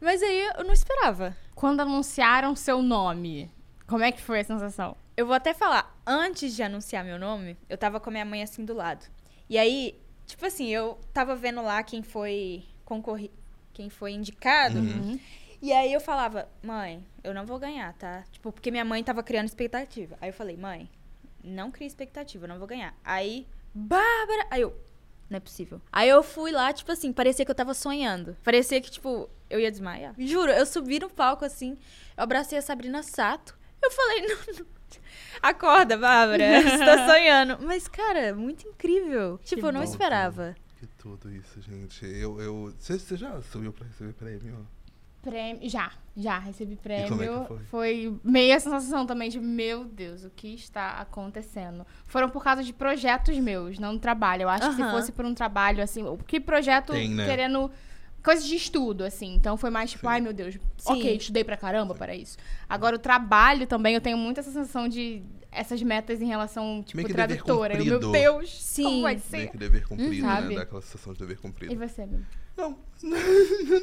S3: Mas aí eu não esperava.
S1: Quando anunciaram seu nome, como é que foi a sensação?
S3: Eu vou até falar, antes de anunciar meu nome, eu tava com a minha mãe assim do lado. E aí, tipo assim, eu tava vendo lá quem foi concorri... quem foi indicado.
S1: Uhum.
S2: Hum.
S3: E aí eu falava, mãe, eu não vou ganhar, tá? Tipo, porque minha mãe tava criando expectativa. Aí eu falei, mãe, não cria expectativa, eu não vou ganhar. Aí, Bárbara! Aí eu, não é possível. Aí eu fui lá, tipo assim, parecia que eu tava sonhando. Parecia que, tipo, eu ia desmaiar. Juro, eu subi no palco assim, eu abracei a Sabrina Sato. Eu falei, [laughs] não, não. Acorda, Bárbara, você tá sonhando. Mas, cara, muito incrível. Tipo, eu não
S2: bom,
S3: esperava.
S2: Que tudo isso, gente. Eu. eu... Você, você já subiu pra receber prêmio?
S1: Prêmio. Já, já recebi prêmio.
S2: como é que foi?
S1: meia sensação também de, meu Deus, o que está acontecendo? Foram por causa de projetos meus, não do trabalho. Eu acho que se
S3: Aham.
S1: fosse por um trabalho, assim, o- que projeto
S2: Tem, né?
S1: querendo. Coisas de estudo, assim. Então foi mais tipo,
S2: Sim.
S1: ai meu Deus,
S3: Sim.
S1: ok, estudei pra caramba para isso. Agora o trabalho também, eu tenho muito essa sensação de essas metas em relação, tipo,
S2: Meio que dever
S1: tradutora. Eu, meu
S2: cumprido.
S1: Deus, como
S3: Sim.
S1: vai
S2: Meio
S1: ser?
S2: que dever cumprido,
S1: Uhum. sabe?
S2: né? Daquela sensação de dever
S1: E
S2: cumprido.
S1: você, meu?
S2: Não. [laughs]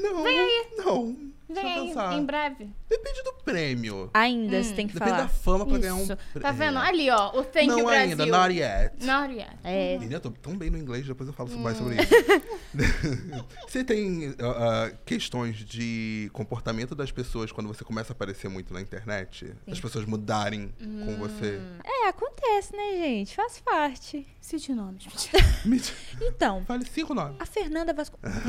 S2: não. Vem aí. Não. Deixa
S1: Vem
S2: eu
S1: aí,
S2: pensar.
S1: em breve.
S2: Depende do prêmio.
S3: Ainda, você tem que
S2: Depende da
S3: falar.
S2: fama pra ganhar um
S1: Isso.
S2: prêmio.
S1: Tá vendo? Ali, ó, o Thank
S2: não
S1: You Brasil.
S2: ainda, not yet.
S1: Not yet.
S3: É.
S2: Menina, eu tô tão bem no inglês, depois eu falo
S1: Hum. [laughs]
S2: mais sobre isso. [laughs] você tem ah, ah, questões de comportamento das pessoas quando você começa a aparecer muito na internet? As pessoas mudarem com você?
S1: Hum.
S3: É, acontece, né, gente? Faz parte.
S1: Cite nomes. [laughs]
S2: Me diz-
S3: Então,
S2: Fale cinco nomes.
S3: a Fernanda Vasconcelos.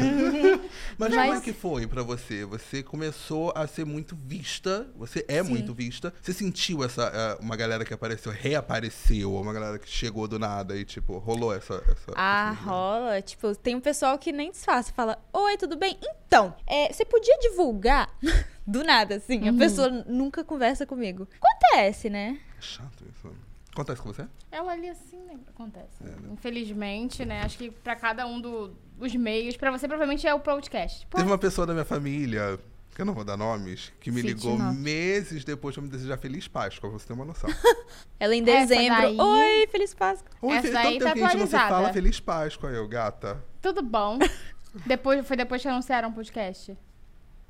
S2: Mas, como é
S3: Mas-
S2: que foi pra você? Você começou a ser muito vista, você é muito vista. Você sentiu essa ah, uma galera que apareceu, reapareceu, uma galera que chegou do nada e tipo, rolou essa. essa
S3: Ah,
S2: esse movimento?
S3: rola. Tipo, tem um pessoal que nem disfarça. Fala, oi, tudo bem? Então, é, você podia divulgar? [laughs] Do nada, assim.
S1: Uhum.
S3: A pessoa nunca conversa comigo. Acontece, né?
S2: É chato isso. Acontece com você?
S1: Ela ali assim, né? Acontece.
S2: É,
S1: Infelizmente, né? Acho que pra cada um do- dos meios, pra você provavelmente é o podcast. Pô,
S2: Teve uma pessoa da minha família, que eu não vou dar nomes, que me
S1: Cite
S2: ligou
S1: nomes.
S2: meses depois pra me desejar Feliz Páscoa, pra você ter uma noção.
S3: Ela em
S1: Essa
S3: dezembro.
S1: daí-
S3: Oi, Feliz Páscoa.
S2: Oi,
S1: Essa
S2: Feliz-
S1: daí
S2: tanto
S1: tá
S2: tempo que a gente não se fala
S1: atualizada.
S2: Feliz Páscoa, eu, gata.
S1: tudo
S2: [laughs]
S1: bom. depois, foi depois que anunciaram o podcast?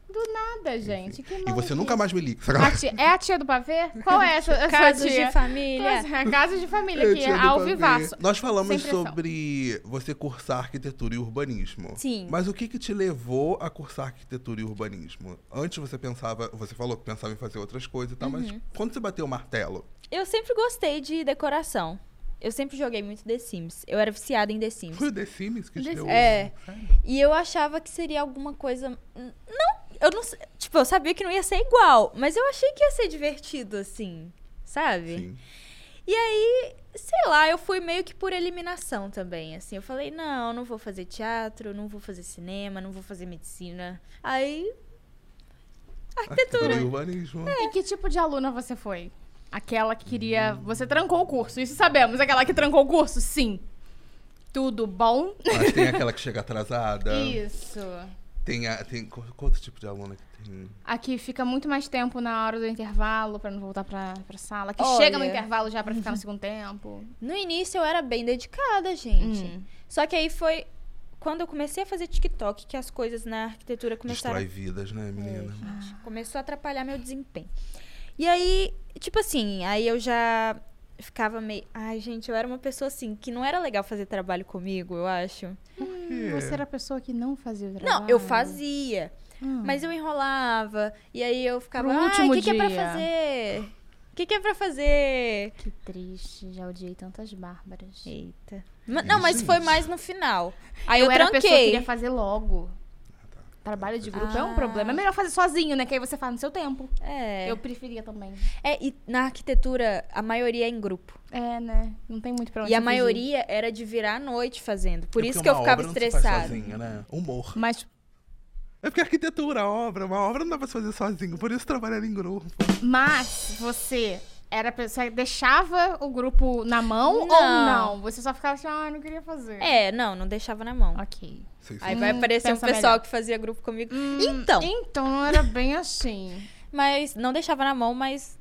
S1: Do nada, gente. Que
S2: E você
S1: maluquice.
S2: nunca mais me liga.
S1: A
S2: Sacanagem.
S1: tia- é a tia do pavê? Qual é essa, essa
S3: Casos
S1: tia?
S3: de família.
S1: Pois é, Casa de família,
S2: [laughs] Eu
S1: que
S2: tinha
S1: é
S2: do
S1: ao
S2: pavê.
S1: vivaço.
S2: Nós falamos
S1: Sem pressão.
S2: sobre você cursar arquitetura e urbanismo.
S3: Sim.
S2: Mas o que que te levou a cursar arquitetura e urbanismo? Antes você pensava, você falou que pensava em fazer outras coisas e tal, mas quando você bateu o martelo?
S3: Eu sempre gostei de decoração. Eu sempre joguei muito The Sims. Eu era viciada em The Sims.
S2: Foi o The Sims que te
S1: The
S2: deu. um
S1: Sims.
S3: É.
S2: Sério?
S3: E eu achava que seria alguma coisa. Não, eu não. sei- Tipo, eu sabia que não ia ser igual, mas eu achei que ia ser divertido, assim. Sabe?
S2: Sim.
S3: E aí, sei lá, eu fui meio que por eliminação também, assim. Eu falei, não, não vou fazer teatro, não vou fazer cinema, não vou fazer medicina. Aí.
S2: Arquitetura e
S3: Arquitetura.
S2: urbanismo.
S1: E que tipo de aluna você foi? Aquela que queria. Você trancou o curso, isso sabemos. Aquela que trancou o curso? Sim. Tudo bom?
S2: Mas tem aquela que chega atrasada.
S1: Isso.
S2: Tem, a, tem qu- quanto tipo de aluna que tem?
S1: Aqui fica muito mais tempo na hora do intervalo, pra não voltar pra, pra sala. Que
S3: Olha.
S1: chega no intervalo já pra ficar [laughs] no segundo tempo.
S3: No início eu era bem dedicada, gente.
S1: Hum.
S3: Só que aí foi quando eu comecei a fazer TikTok que as coisas na arquitetura começaram a
S2: Destrói vidas, né, menina?
S3: É, gente, começou a atrapalhar meu desempenho. E aí, tipo assim, aí eu já ficava meio. Ai, gente, eu era uma pessoa assim, que não era legal fazer trabalho comigo, eu acho.
S2: É.
S1: Hum, Você era a pessoa que não fazia o trabalho?
S3: Não, eu fazia.
S1: Hum.
S3: Mas eu enrolava. E aí eu ficava.
S1: Pro
S3: Ai, o
S1: último
S3: que, que é pra
S1: dia."
S3: fazer? O que, que é pra fazer?
S1: Que triste, já odiei tantas bárbaras.
S3: Eita. Ma- não, mas
S2: Isso,
S3: foi
S2: gente.
S3: mais no final. Aí eu,
S1: era a pessoa que
S3: tranquei.
S1: queria fazer logo. Trabalho de grupo é
S3: Ah.
S1: um problema. É melhor fazer sozinho, né? Que aí você faz no seu tempo.
S3: É.
S1: Eu preferia também.
S3: É, e na arquitetura, a maioria é em grupo.
S1: É, né? Não tem muito pra onde
S3: E a
S1: fugir.
S3: maioria era de virar à noite fazendo. Por
S2: É
S3: isso
S2: porque
S3: que eu
S2: uma
S3: ficava
S2: obra não se faz
S3: estressada.
S2: sozinha, né? Humor.
S1: Mas,
S2: É porque arquitetura, obra, uma obra não dá pra se fazer sozinho, por isso trabalhar em grupo.
S1: mas você era a pessoa que deixava o grupo na mão ou
S3: Não.
S1: não? Você só ficava assim, ah, não queria fazer.
S3: É, não, não deixava na mão.
S1: Ok.
S2: Sim, sim.
S3: Aí
S1: Hum,
S3: vai aparecer um
S1: pensa
S3: pessoal
S1: melhor.
S3: que fazia grupo comigo.
S1: Hum,
S3: então,
S1: Então não era bem assim.
S3: mas não deixava na mão, mas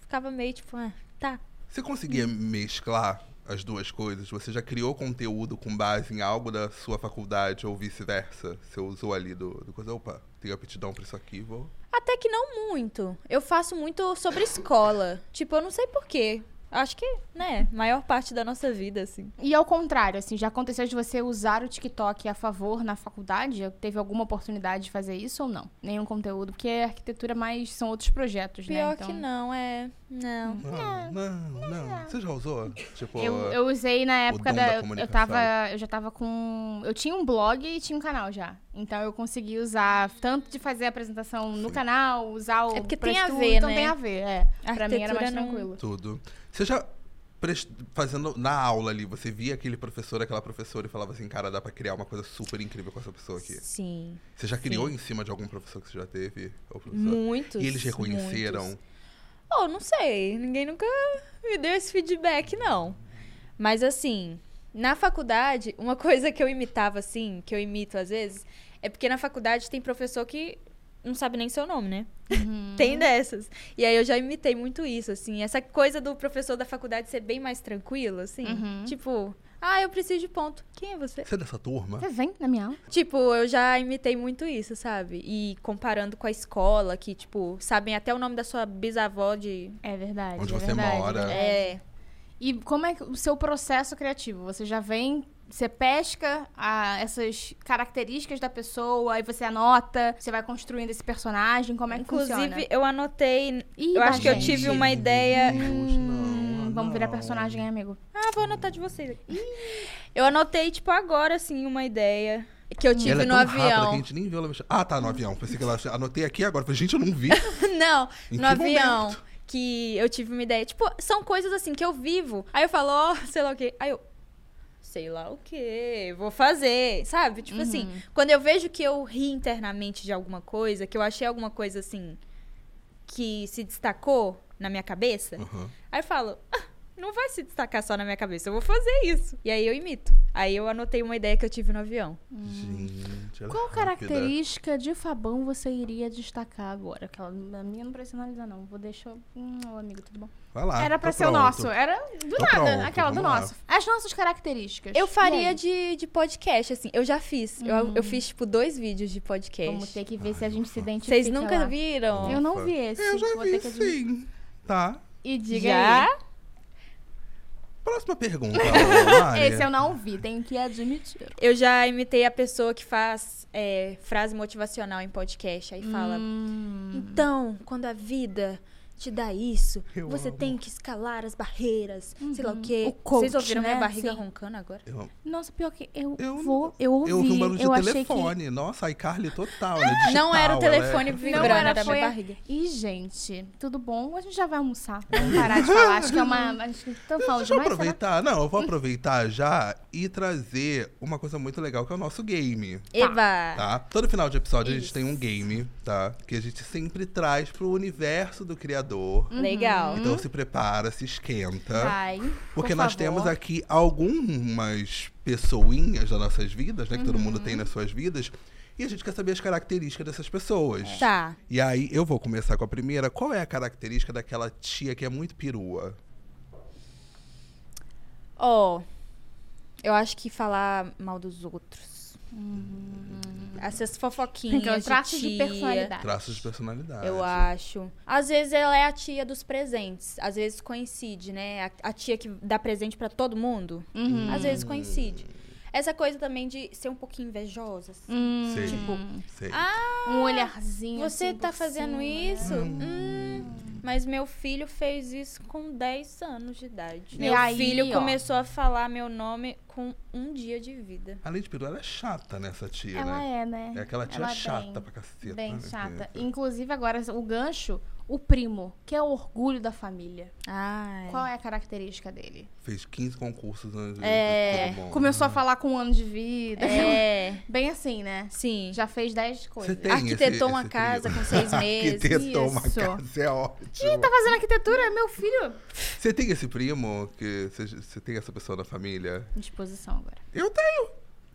S3: ficava meio tipo, ah, tá.
S2: Você conseguia mesclar as duas coisas? Você já criou conteúdo com base em algo da sua faculdade ou vice-versa? Você usou ali do, do coisa, opa, tenho aptidão pra isso aqui, vou.
S3: Até que não muito. Eu faço muito sobre escola. tipo, eu não sei porquê. Acho que, né, maior parte da nossa vida, assim.
S1: E ao contrário, assim, já aconteceu de você usar o TikTok a favor na faculdade? Teve alguma oportunidade de fazer isso ou não? Nenhum conteúdo, porque a arquitetura mais são outros projetos, né?
S3: Pior
S1: Então,
S3: que não, é. Não.
S2: Não, não, não. Você já usou? Tipo,
S1: Eu, eu usei na época
S2: dom
S1: da.
S2: da
S1: eu- eu,
S2: comunicação.
S1: tava. Eu já tava com. Eu tinha um blog e tinha um canal já. Então eu consegui usar tanto de fazer a apresentação no canal, usar o.
S3: É porque
S1: pra
S3: tem a
S1: estudo,
S3: ver,
S1: então
S3: né?
S1: tem a ver, é.
S3: A
S1: Pra mim era
S3: arquitetura
S1: mais
S3: não-
S1: tranquilo.
S2: tudo. Você já prest- fazendo na aula ali, você via aquele professor, aquela professora e falava assim, cara, dá pra criar uma coisa super incrível com essa pessoa aqui.
S3: Sim.
S2: Você já criou em cima de algum professor que você já teve? Ou professor?
S3: Muitos.
S2: E eles reconheceram?
S3: muitos. Oh, não sei. Ninguém nunca me deu esse feedback, não. Mas assim, na faculdade, uma [laughs] coisa que eu imitava, assim, que eu imito às vezes, é porque na faculdade tem professor que não sabe nem seu nome, né? tem dessas. E aí eu já imitei muito isso, assim. Essa coisa do professor da faculdade ser bem mais tranquilo, assim.
S1: Uhum.
S3: Tipo, ah, eu preciso de ponto. Quem é você?
S2: Você é dessa turma?
S1: Você vem na minha aula?
S3: Tipo, eu já imitei muito isso, sabe? E comparando com a escola, que, tipo, sabem até o nome da sua bisavó de.
S1: É verdade.
S2: Onde
S1: é
S2: você
S1: verdade,
S2: mora.
S1: é verdade.
S3: É.
S1: E como é que- o seu processo criativo? Você já vem, você pesca a- essas características da pessoa, aí você anota, você vai construindo esse personagem, como é que
S3: Inclusive,
S1: funciona?
S3: eu anotei.
S1: Ih,
S3: eu acho que eu
S1: gente.
S3: tive uma ideia.
S2: Deus, não, ah,
S1: Hum, vamos virar
S2: não.
S1: personagem, hein, amigo?
S3: Ah, vou anotar de vocês aqui. Eu anotei, tipo, agora, assim, uma ideia que
S1: Hum.
S3: eu
S2: E
S3: tive
S2: ela é
S3: no
S2: tão rápida que a
S3: avião.
S2: gente nem viu ela mexer. Ah, tá, no avião. Pensei que ela anotei aqui agora. Falei, gente, eu
S3: [laughs]
S2: não vi.
S3: Não,
S2: Em
S3: no
S2: que
S3: avião.
S2: momento?
S3: Que eu tive uma ideia. Tipo, são coisas assim que eu vivo. Aí eu falo, ó, sei lá o quê. Aí eu. Sei lá o quê, vou fazer, sabe? Tipo
S1: Uhum.
S3: assim, quando eu vejo que eu ri internamente de alguma coisa, que eu achei alguma coisa assim que se destacou na minha cabeça,
S2: Uhum.
S3: Aí eu falo, "Ah, não vai se destacar só na minha cabeça, eu vou fazer isso. E aí eu imito. Aí eu anotei uma ideia que eu tive no avião. Hum.
S2: Gente, ela é
S1: Qual
S2: rápida.
S1: característica de Fabão você iria destacar agora? Aquela, a minha não precisa analisar, não. Vou deixar. Hum, ô, amigo, tudo bom?
S2: Vai lá.
S1: era pra
S2: tô
S1: ser
S2: Ah, tá pronto.
S1: o nosso. Era do
S2: Tô
S1: nada,
S2: pronto,
S1: aquela do
S2: vamos lá.
S1: nosso. As nossas características.
S3: Eu faria
S1: Bom,
S3: de, de podcast, assim. Eu já fiz. Eu, eu fiz, tipo, dois vídeos de
S1: Vamos
S3: podcast.
S1: ter que ver se a Hum. gente se identifica.
S3: Vocês nunca
S1: lá.
S3: viram?
S1: Eu não vi esse.
S2: Eu já
S1: vou
S2: vi,
S1: ter que admitir.
S2: sim. Tá.
S1: E diga
S3: Já?
S1: aí.
S2: Próxima
S3: [laughs]
S2: pergunta.
S1: Esse eu
S3: é
S2: o
S1: não vi, tenho que admitir.
S3: Eu já imitei a pessoa que faz é, frase motivacional em podcast. Aí fala,
S1: Hum.
S3: então, quando a vida te dá isso,
S2: Eu
S3: você
S2: amo.
S3: tem que escalar as barreiras, sei lá o quê.
S1: Uhum. O coach,
S3: Vocês ouviram minha
S1: né?
S3: barriga
S1: Sim.
S3: roncando agora?
S2: eu...
S1: Nossa, pior que eu,
S2: Eu-
S1: vou, eu ouvi.
S2: Eu ouvi um barulho de
S1: achei
S2: telefone. Nossa, iCarly total. né? Digital,
S3: Não era o
S2: ela é-
S3: telefone
S1: Que...
S3: vibrando,
S1: Não era,
S3: era
S1: foi...
S3: minha barriga.
S1: Ih, gente, tudo bom? A gente já vai almoçar.
S2: [laughs]
S1: Vamos parar de falar. Acho que é uma... Acho que estão falando
S2: Deixa eu
S1: demais, será?
S2: aproveitar. Não, eu vou aproveitar já e trazer uma coisa muito legal, que é o nosso game.
S3: Eva!
S2: Tá? Todo final de episódio a gente tem um game, tá? Que a gente sempre traz pro universo do criador.
S3: Uhum. Legal.
S2: Então se prepara, se esquenta.
S1: Vai,
S2: né? Porque
S1: Tá, por
S2: nós
S1: favor.
S2: temos aqui algumas pessoinhas das nossas vidas, né? Que todo mundo tem nas suas vidas. E a gente quer saber as características dessas pessoas.
S3: Tá.
S2: E aí, eu vou começar com a primeira. Qual é a característica daquela tia que é muito perua?
S3: Ó, eu acho que falar mal dos outros. Uhum. Essas fofoquinhas
S1: Então, traços
S3: de,
S1: de
S3: tia,
S1: personalidade.
S2: Traços de personalidade.
S3: Eu acho. Às vezes ela é a tia dos presentes. Às vezes
S1: Uhum.
S3: Hum. coincide, né? A, a tia que dá presente pra todo mundo. Às vezes coincide. Essa coisa também de ser um pouquinho invejosa. assim.
S1: Hum,
S2: Sei.
S3: Tipo,
S2: Sei.
S1: um olharzinho.
S3: você
S1: assim
S3: tá
S1: por
S3: fazendo
S1: cima.
S3: isso? Hum, Mas meu filho fez isso com 10 anos de idade.
S1: E
S3: Meu
S1: aí,
S3: filho
S1: ó.
S3: começou a falar meu nome com um dia de vida.
S2: Além de peru, ela é chata nessa tia,
S1: Ela
S2: né?
S1: é, né?
S2: É aquela tia
S1: Ela é
S2: chata
S1: bem-
S2: pra caceta.
S1: Bem
S2: né?
S1: chata. Inclusive, agora, o gancho, o primo, que é o orgulho da família.
S3: Ah,
S1: Qual é a característica dele?
S2: Fez 15 concursos antes
S3: É,
S2: de todo mundo.
S1: Começou a falar com um ano de vida.
S3: É,
S1: [laughs] Bem assim, né?
S3: sim.
S1: Já fez 10 coisas.
S2: Você tem
S3: Arquitetou
S2: esse-
S3: uma
S2: esse
S3: casa
S2: trio?
S3: com seis
S2: [laughs]
S3: meses,
S2: Arquitetou uma
S1: isso.
S2: casa, é ótimo.
S1: Ih, tá fazendo arquitetura? Meu filho.
S2: Você tem esse primo? que você- Você tem essa pessoa na família?
S1: Disposição agora.
S2: Eu tenho,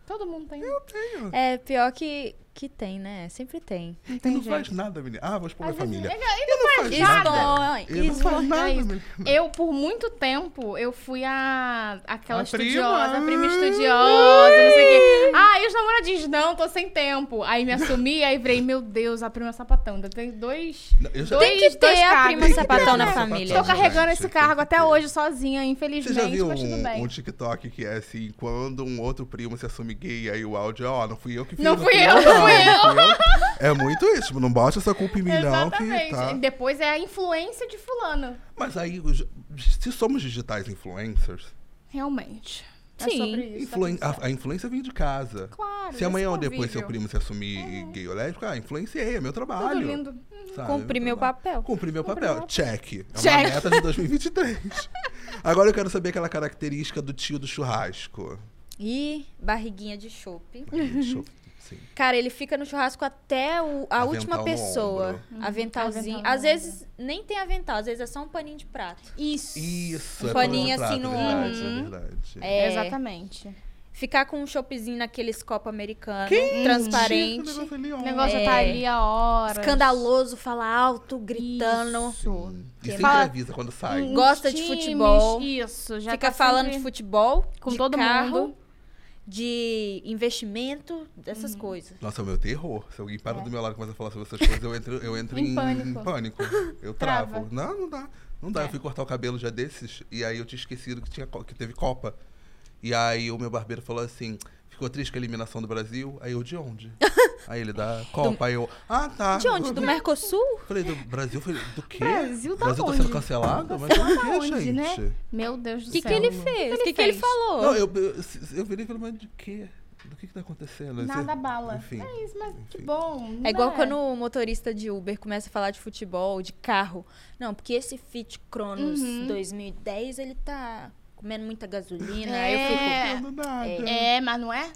S1: Todo mundo tem.
S2: eu tenho.
S3: É pior que, que tem, né? Sempre tem.
S1: Não
S2: Ele
S1: tem
S2: não
S1: jeito.
S2: faz nada, menina. Ah, vou expor
S1: Às
S2: minha
S1: vezes- é
S2: família.
S1: Ele, ele não faz nada.
S3: Estou,
S2: Ele não faz nada,
S1: isso.
S2: menina.
S1: Eu, por muito tempo, eu fui a aquela
S2: A prima.
S1: estudiosa, a prima estudiosa, não sei o quê. Ah, e os namoradinhos, não, tô sem tempo. Aí me assumi, aí virei, meu Deus, a prima sapatão. Ainda tem dois.
S2: Não, Eu já...
S1: Dois,
S3: Tem que ter
S1: dois
S3: a
S1: cargos.
S3: prima
S1: Tem que
S3: sapatão
S1: ter,
S3: na
S1: né?
S3: família.
S1: Tô carregando
S2: Tá Gente,
S1: esse
S2: tem
S1: cargo
S2: que
S1: até
S2: ter.
S1: hoje sozinha,
S2: Você já
S1: infelizmente,
S2: viu
S1: mas tudo
S2: um,
S1: bem.
S2: um TikTok que é assim, quando um outro primo se assume gay, aí o áudio é, ó, não fui eu que fiz.
S1: Não fui eu, não fui
S2: fui eu. É muito isso, tipo, não bote essa culpa em mim não, que
S1: Exatamente.
S2: tá...
S1: Depois é a influência de fulano.
S2: Mas aí, os- se somos digitais influencers,
S1: Realmente. É
S3: Sim.
S1: sobre isso. tá
S2: influen-
S1: tudo certo.
S2: a, a influência vem de casa.
S1: Claro.
S2: se amanhã ou
S1: desse
S2: depois seu
S1: convívio.
S2: primo se assumir gay ou lésbico, ah, influenciei, é meu
S1: É. Tudo
S2: trabalho.
S1: lindo.
S2: sabe? é
S3: Cumpri Ah, meu
S2: trabalho.
S3: papel.
S2: Cumpri meu
S1: Cumpri
S2: papel.
S1: meu
S2: Check. É uma
S1: Check.
S2: meta de 2023.
S1: [laughs]
S2: Agora eu quero saber aquela característica do tio do churrasco.
S3: E barriguinha de chope.
S2: Deixa eu- Sim.
S3: Cara, ele fica no churrasco até o- a
S2: Avental
S3: última
S2: no
S3: pessoa.
S2: ombro.
S3: Aventalzinho.
S1: Avental no
S3: às vezes nem tem avental, às vezes é só um paninho de prato.
S1: Isso.
S2: Isso,
S3: Um
S2: é
S3: paninho
S2: pelo
S3: assim
S2: contrato,
S3: no
S2: verdade,
S1: ombro.
S2: é verdade.
S3: É.
S1: Exatamente.
S3: Ficar com um chopezinho naqueles copos americanos,
S2: Esse
S3: transparente.
S2: negócio ali, ó.
S1: O negócio
S3: É.
S1: tá ali a hora.
S3: Escandaloso, fala alto, gritando.
S1: Isso.
S2: E sempre
S1: Fala- um-
S2: avisa quando sai.
S1: Nos
S3: Gosta de
S1: times,
S3: futebol.
S1: Isso. Já
S3: Fica
S1: tá
S3: falando
S1: sempre-
S3: de futebol,
S1: com
S3: de
S1: todo
S3: carro,
S1: mundo.
S3: de investimento, dessas coisas.
S2: Nossa, é o meu terror. Se alguém para do meu lado e começa a falar sobre essas coisas, eu entro, eu entro
S1: Em
S2: em,
S1: pânico.
S2: em pânico. Eu
S1: Trava.
S2: travo. Não, não dá. Não dá. Eu fui cortar o cabelo já desses e aí eu tinha esquecido que, tinha, co- que teve Copa. E aí o meu barbeiro falou assim. Ficou triste com a eliminação do Brasil? Aí eu, de onde? aí ele dá Copa, aí eu, ah, tá.
S3: De onde? Do Mercosul?
S2: Falei, do Brasil? Falei, do quê?
S1: Brasil da
S2: Brasil tá
S1: onde?
S2: sendo cancelado? Mas por
S1: da
S2: quê,
S1: onde,
S2: gente?
S1: né? Meu Deus do
S3: O que, que
S1: céu.
S3: ele fez? O que, que
S1: fez?
S3: ele falou?
S2: Não, eu, eu, eu virei e falei, mas de quê? Do que que tá acontecendo?
S1: Nada
S2: Esse-
S1: bala.
S2: Enfim.
S1: É isso, mas que
S2: Enfim.
S1: bom.
S3: É igual
S1: né?
S3: quando o motorista de Uber começa a falar de futebol, de carro. Não, porque esse Fit Cronos 2010, ele tá comendo muita gasolina. Aí eu fico...
S1: É.
S2: Não nada.
S1: É, mas não é?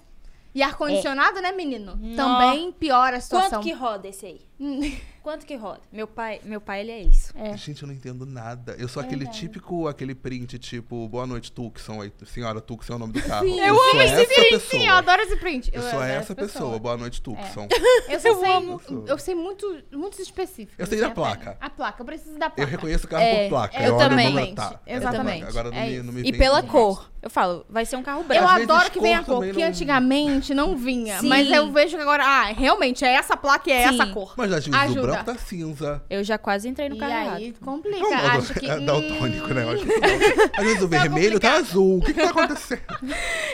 S1: E ar-condicionado, né, menino?
S3: É. Nó.
S1: Também piora a
S3: Quanto
S1: situação. [laughs]
S3: que roda esse aí?
S1: Hum.
S3: Quanto que roda? Meu pai, meu pai ele é isso.
S1: É.
S2: Gente, eu não entendo nada. Eu sou aquele típico, aquele print, tipo, boa noite, Tucson. Aí, senhora, Tucson é o nome do carro.
S1: Eu
S2: sou
S1: amo esse
S2: essa
S1: print,
S2: pessoa.
S1: sim, eu adoro esse print.
S2: Eu sou
S1: adoro
S2: essa pessoa, boa noite,
S1: É.
S2: Tucson.
S1: Eu, só sei,
S2: amo.
S1: Eu sei muito, muitos específicos.
S2: Eu sei da
S1: assim, apenas.
S2: placa.
S1: A placa, eu preciso da placa.
S2: Eu reconheço o carro
S3: É,
S2: por placa.
S3: eu
S2: olho e
S3: também.
S2: vou notar. É essa
S3: Exatamente.
S2: placa. Agora não
S1: É
S2: me,
S1: isso.
S2: não me
S3: E
S2: vem
S3: pela
S2: com-
S3: cor. Eu falo, vai ser um carro
S1: Eu
S3: branco.
S2: Às vezes
S1: adoro que vem a
S2: cor
S1: cor,
S2: também
S1: porque
S2: não-
S1: antigamente não vinha.
S3: Sim.
S1: Mas eu vejo que agora, ah, realmente, é essa placa e é
S3: Sim.
S1: essa cor.
S2: Mas às vezes
S1: Ajuda.
S2: o branco tá cinza.
S3: Eu já quase entrei no
S1: E
S3: carro é errado.
S1: aí complica.
S2: Não, não,
S1: Acho que.
S2: [laughs] é daltônico, né? Eu
S1: hum, [laughs]
S2: acho que não. Às vezes o vermelho tá azul. O que, que tá acontecendo?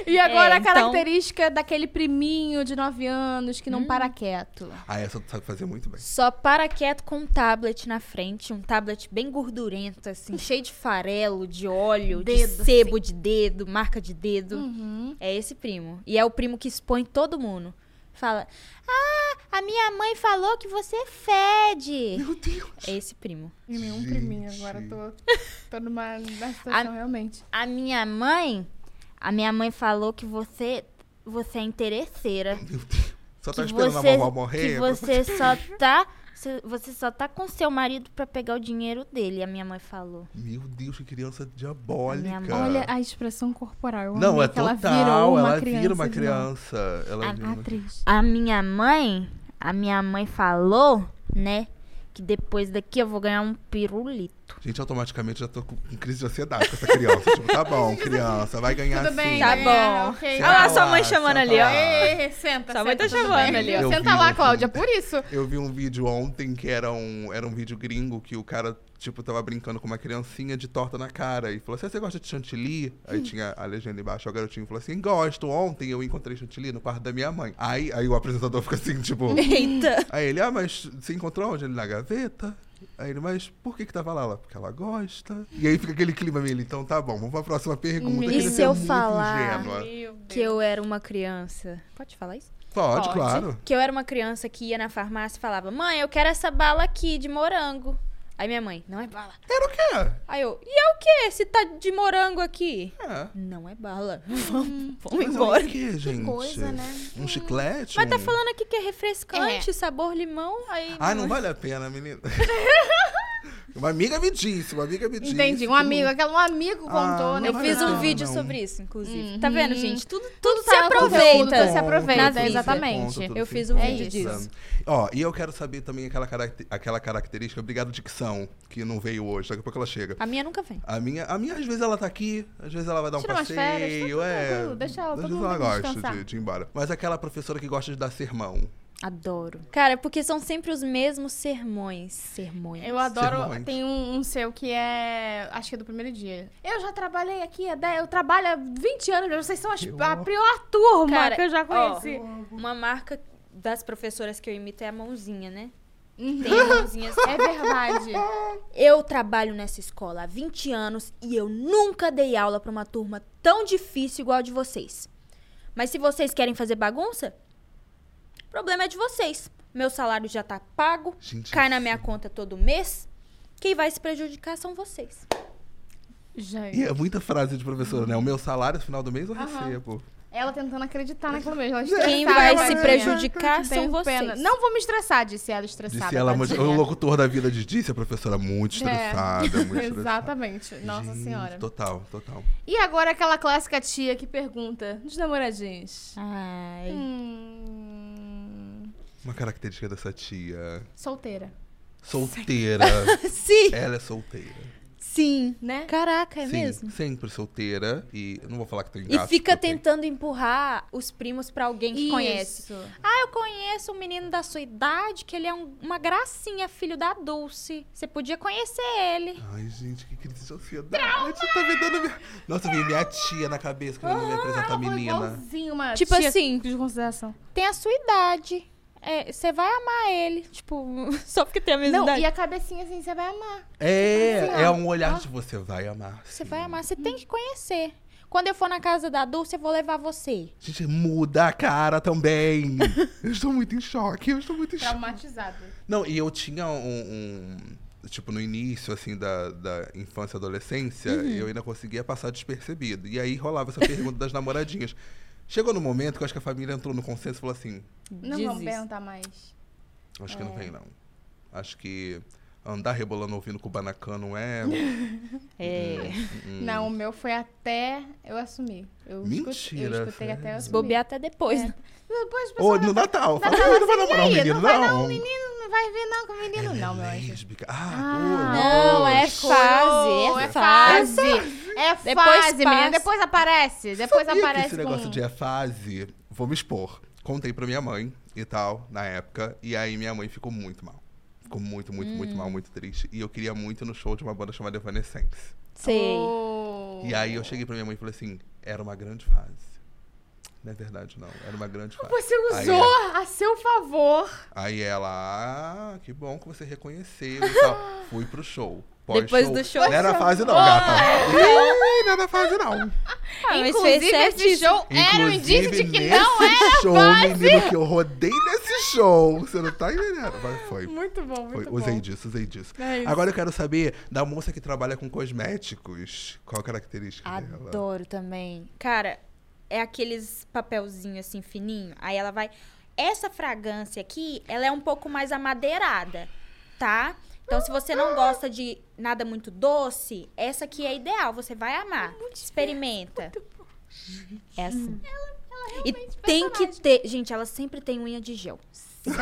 S1: E agora
S3: É,
S1: a
S3: então-
S1: característica daquele priminho de 9 anos
S3: Hum.
S1: que não para quieto.
S2: Ah, essa tu sabe fazer muito bem.
S3: Só para quieto com um tablet na frente, um tablet bem gordurento, assim, cheio de farelo, de óleo,
S1: Dedo,
S3: de sebo de dedo, marca de dedo. É esse primo. E é o primo que expõe todo mundo. Fala, ah, a minha mãe falou que você fede.
S2: Meu Deus.
S3: É esse primo.
S1: E nenhum
S2: Gente.
S1: priminho agora, tô, tô numa numa situação
S3: A-
S1: realmente.
S3: A minha mãe, a minha mãe falou que você, você é interesseira.
S2: Meu Deus. Só tá
S3: que
S2: esperando
S3: você,
S2: a vovó morrer?
S3: que
S2: pra-
S3: você só tá, você só tá com seu marido pra pegar o dinheiro dele, a minha mãe falou.
S2: Meu Deus, que criança diabólica.
S3: Minha mãe.
S1: Olha a expressão corporal. Eu
S2: Não,
S1: amei
S2: é
S1: que ela
S2: total.
S1: virou uma
S2: ela
S1: criança.
S2: vira uma
S1: de novo.
S2: criança. Ela vira uma-
S1: Atriz.
S3: A minha mãe, a minha mãe falou, né, que depois daqui eu vou ganhar um pirulito. chato.
S2: Gente, automaticamente já tô com com crise de ansiedade com essa criança. tipo, tá
S3: [laughs]
S2: bom, criança, vai ganhar
S1: Tudo bem,
S2: sim.
S3: Tá
S1: vai
S3: bom.
S1: ganhar, ok.
S3: Olha
S2: Senta
S3: lá sua mãe chamando
S2: senta
S3: ali, ó.
S2: lá.
S1: Ei, senta,
S3: Sua mãe
S1: senta,
S3: tá
S1: tudo
S3: chamando
S1: bem?
S3: ali, ó.
S2: Eu
S1: Senta
S2: vi,
S1: lá,
S2: eu
S1: Cláudia,
S2: vi.
S1: por isso.
S2: Eu vi um vídeo ontem que era um, era um vídeo gringo que o cara, tipo, tava brincando com uma criancinha de torta na cara. E falou assim, você gosta de chantilly?
S3: Hum.
S2: Aí tinha a legenda embaixo, o garotinho falou assim, gosto. Ontem eu encontrei chantilly no quarto da minha mãe. Aí, aí o apresentador fica assim, tipo...
S3: [laughs] Eita.
S2: Aí ele, ah, mas você encontrou onde? Ele, na gaveta. Aí ele, mas por que que tava lá? Ela, porque ela gosta. E aí fica aquele clima meio, então tá bom, vamos pra próxima pergunta.
S1: Meu
S2: que você
S3: E se
S2: é
S3: eu
S2: muito
S3: falar
S2: ingênua.
S1: Meu
S3: Que eu era uma criança. Pode falar isso?
S2: Pode,
S1: Pode.
S2: claro.
S3: Que eu era uma criança que ia na farmácia e falava: Mãe, eu quero essa bala aqui de morango. Aí minha mãe, não é bala.
S2: Era o quê?
S3: Aí eu, e é o quê? Se tá de morango aqui?
S2: É.
S3: Não é bala. [laughs] Vamos, vamos
S2: Mas é
S3: embora.
S2: O quê, gente?
S1: coisa, né?
S2: Um chiclete?
S3: Mas tá
S2: um-
S3: falando aqui que é refrescante, sabor limão.
S1: Aí,
S2: Ah, não vale a pena,
S3: [laughs]
S2: menina. uma amiga me disse, uma amiga me disse.
S1: Entendi, um
S2: que
S1: amigo, aquela, um amigo
S2: tipo, Ah,
S1: contou, né?
S3: Eu
S2: Não
S3: fiz
S2: vale a
S3: um
S2: pena,
S3: vídeo
S2: não.
S3: sobre isso, inclusive. Tá vendo, gente? Tudo, tudo
S1: tá
S3: se
S1: no conteúdo,
S3: aproveita.
S1: tudo se aproveita,
S3: na vida.
S1: exatamente.
S2: Tudo
S3: Eu
S2: se
S3: fiz um
S2: encontra.
S1: vídeo
S3: disso.
S2: Ó, e eu quero saber também aquela, caracte- aquela característica, obrigado dicção, que não veio hoje, daqui a pouco ela chega.
S3: A minha nunca vem.
S2: A minha, a minha, às vezes, ela tá aqui, às vezes ela vai dar um
S1: Tira umas
S2: passeio.
S1: férias, tá tudo
S2: é,
S1: tranquilo, deixa ela,
S2: às
S1: todo
S2: vezes
S1: mundo
S2: ela
S1: tem que
S2: gosta de,
S1: descansar.
S2: de ir embora. Mas é aquela professora que gosta de dar sermão.
S3: Adoro. Cara, porque são sempre os mesmos sermões. Sermões.
S1: Eu adoro.
S2: Sermões.
S1: Tem um, um seu que é. Acho que é do primeiro dia. Eu já trabalhei aqui há 10. Eu trabalho há 20 anos. Vocês são as-
S2: Eu
S1: a
S2: amo.
S1: pior turma
S3: Cara,
S1: que eu já
S3: ó,
S1: conheci.
S3: Uma marca das professoras que eu imito é a mãozinha, né? [laughs] Tem a mãozinha assim.
S1: É
S3: [laughs]
S1: verdade.
S3: Eu trabalho nessa escola há 20 anos e eu nunca dei aula pra uma turma tão difícil igual a de vocês. Mas se vocês querem fazer bagunça, o problema é de vocês. Meu salário já tá pago,
S2: Gente,
S3: cai na minha
S2: isso-
S3: conta todo mês. Quem vai se prejudicar são vocês.
S1: Gente.
S2: E é muita frase de professora, né? O meu salário, no final do mês, eu
S1: Aham.
S2: recebo.
S1: Ela tentando acreditar naquilo mesmo. Ela
S3: Quem
S1: estressada,
S3: vai se
S1: tadinha.
S3: prejudicar são
S1: Tenho pena.
S3: vocês.
S1: Não vou me estressar, disse ela
S3: É
S1: estressada.
S2: Disse ela,
S1: tadinha. É.
S2: o locutor da vida de disse, a professora muito
S1: [laughs]
S2: estressada,
S3: [laughs]
S2: muito estressada.
S1: Exatamente. Nossa
S2: Gente,
S1: Senhora.
S2: Total, total.
S1: E agora aquela clássica tia que pergunta dos namoradinhos.
S3: Ai.
S1: Hum,
S2: Uma característica dessa tia.
S1: solteira,
S2: Solteira.
S3: [laughs] Sim. [laughs]
S2: Ela é solteira.
S3: Sim.
S1: né?
S3: Caraca, é
S2: Sim,
S3: mesmo?
S2: sempre solteira. E eu não vou falar que tem
S3: E
S2: gato.
S3: fica
S2: porque eu tenho.
S3: tentando empurrar os primos pra alguém que conhece.
S1: Isso.
S3: Ah, eu conheço um menino da sua idade que ele é um- uma gracinha, filho da Dulce. Você podia conhecer ele.
S2: Ai, gente, que crise de ansiedade. Tá me dando minha... Nossa, veio minha tia na cabeça querendo me apresentar a
S3: Ah,
S1: Ela foi
S2: menina.
S1: igualzinho uma
S3: Tipo
S1: tia
S3: assim.
S1: de consideração.
S3: Tem a sua idade. É, Você vai amar ele. Tipo, [laughs] só porque tem a mesma
S1: Não,
S3: idade.
S1: e a cabecinha assim, você vai amar.
S2: É,
S1: Sim,
S2: é
S1: ó.
S2: um olhar de você vai amar.
S3: Você
S2: sim.
S3: vai amar, você tem que conhecer. Quando eu for na casa da Dulce, eu vou levar você.
S2: Gente, muda a cara
S1: [laughs]
S2: também. eu estou muito em choque, eu estou muito em choque.
S1: Traumatizada.
S2: Não, e eu tinha um. um- tipo, no início, assim, da, da infância e adolescência,
S1: Uhum.
S2: eu ainda conseguia passar despercebido. E aí rolava essa pergunta das namoradinhas. Chegou no momento que eu acho que a família entrou no consenso e falou assim:
S1: Não
S3: Diz
S1: vamos
S3: isso.
S1: perguntar mais.
S2: acho que não
S1: É.
S2: tem, não. Acho que andar rebolando ouvindo Kubanacan não é.
S3: É.
S2: Hum.
S1: Não, o meu foi até eu assumir. Eu
S2: Mentira,
S1: escutei, eu escutei
S2: sério?
S1: até eu
S3: Se
S1: assumir.
S3: bobear até depois. né?
S1: Depois o
S2: Ou
S1: pessoal
S2: no
S1: vai-
S2: Natal.
S1: vai
S2: Fala,
S1: falar
S2: "Ah, não vai
S1: assim,
S2: namorar um
S1: e aí,
S2: menino,
S1: não vai não,
S2: não.
S1: um menino, não vai vir não com o menino.
S2: Ela é
S1: não, meu anjo.
S2: lésbica.
S1: Ah,
S2: Ah,
S3: Não, é
S2: poxa.
S3: fase. É fase.
S1: É
S3: Depois
S1: fase, menina.
S3: passa.
S1: Depois aparece. Depois
S2: Sabia que
S1: aparece.
S2: esse negócio
S1: com... um.
S2: de é fase, vou me expor. Contei pra minha mãe e tal, na época. E aí minha mãe ficou muito mal. Ficou muito, muito, muito
S1: Hum.
S2: mal, muito triste. E eu queria muito ir no show de uma banda chamada Evanescence.
S3: Sei.
S1: Oh.
S2: E aí eu cheguei pra minha mãe e falei assim, era uma grande fase. Não é verdade, não. Era uma grande fase.
S1: Você
S2: Aí
S1: usou a seu favor.
S2: Aí ela, ah, que bom que você reconheceu e
S1: [gasps]
S2: tal. Fui pro show. Pós
S3: Depois do show.
S2: Não era fase não, gata. Ih, não era fase não.
S3: Ah, mas fez
S1: Inclusive, esse
S3: certíssimo.
S1: show era um
S2: Inclusive,
S1: indício de que
S2: nesse
S1: não é.
S2: show, menino, que eu rodei nesse show. Você não tá entendendo. Mas foi.
S1: Muito bom,
S2: foi.
S1: muito
S2: Usei
S1: bom.
S2: disso, usei disso. [laughs]
S1: É isso.
S2: Agora eu quero saber da moça que trabalha com cosméticos. Qual a característica dela?
S3: Adoro também. Cara, é aqueles papelzinho assim fininho. Aí ela vai. Essa fragrância aqui, ela é um pouco mais amadeirada, tá? Então, se você não gosta de nada muito doce, essa aqui é ideal. Você vai amar. Experimenta. É assim. Essa. E tem que ter. Gente, ela sempre tem unha de gel.
S1: Sempre.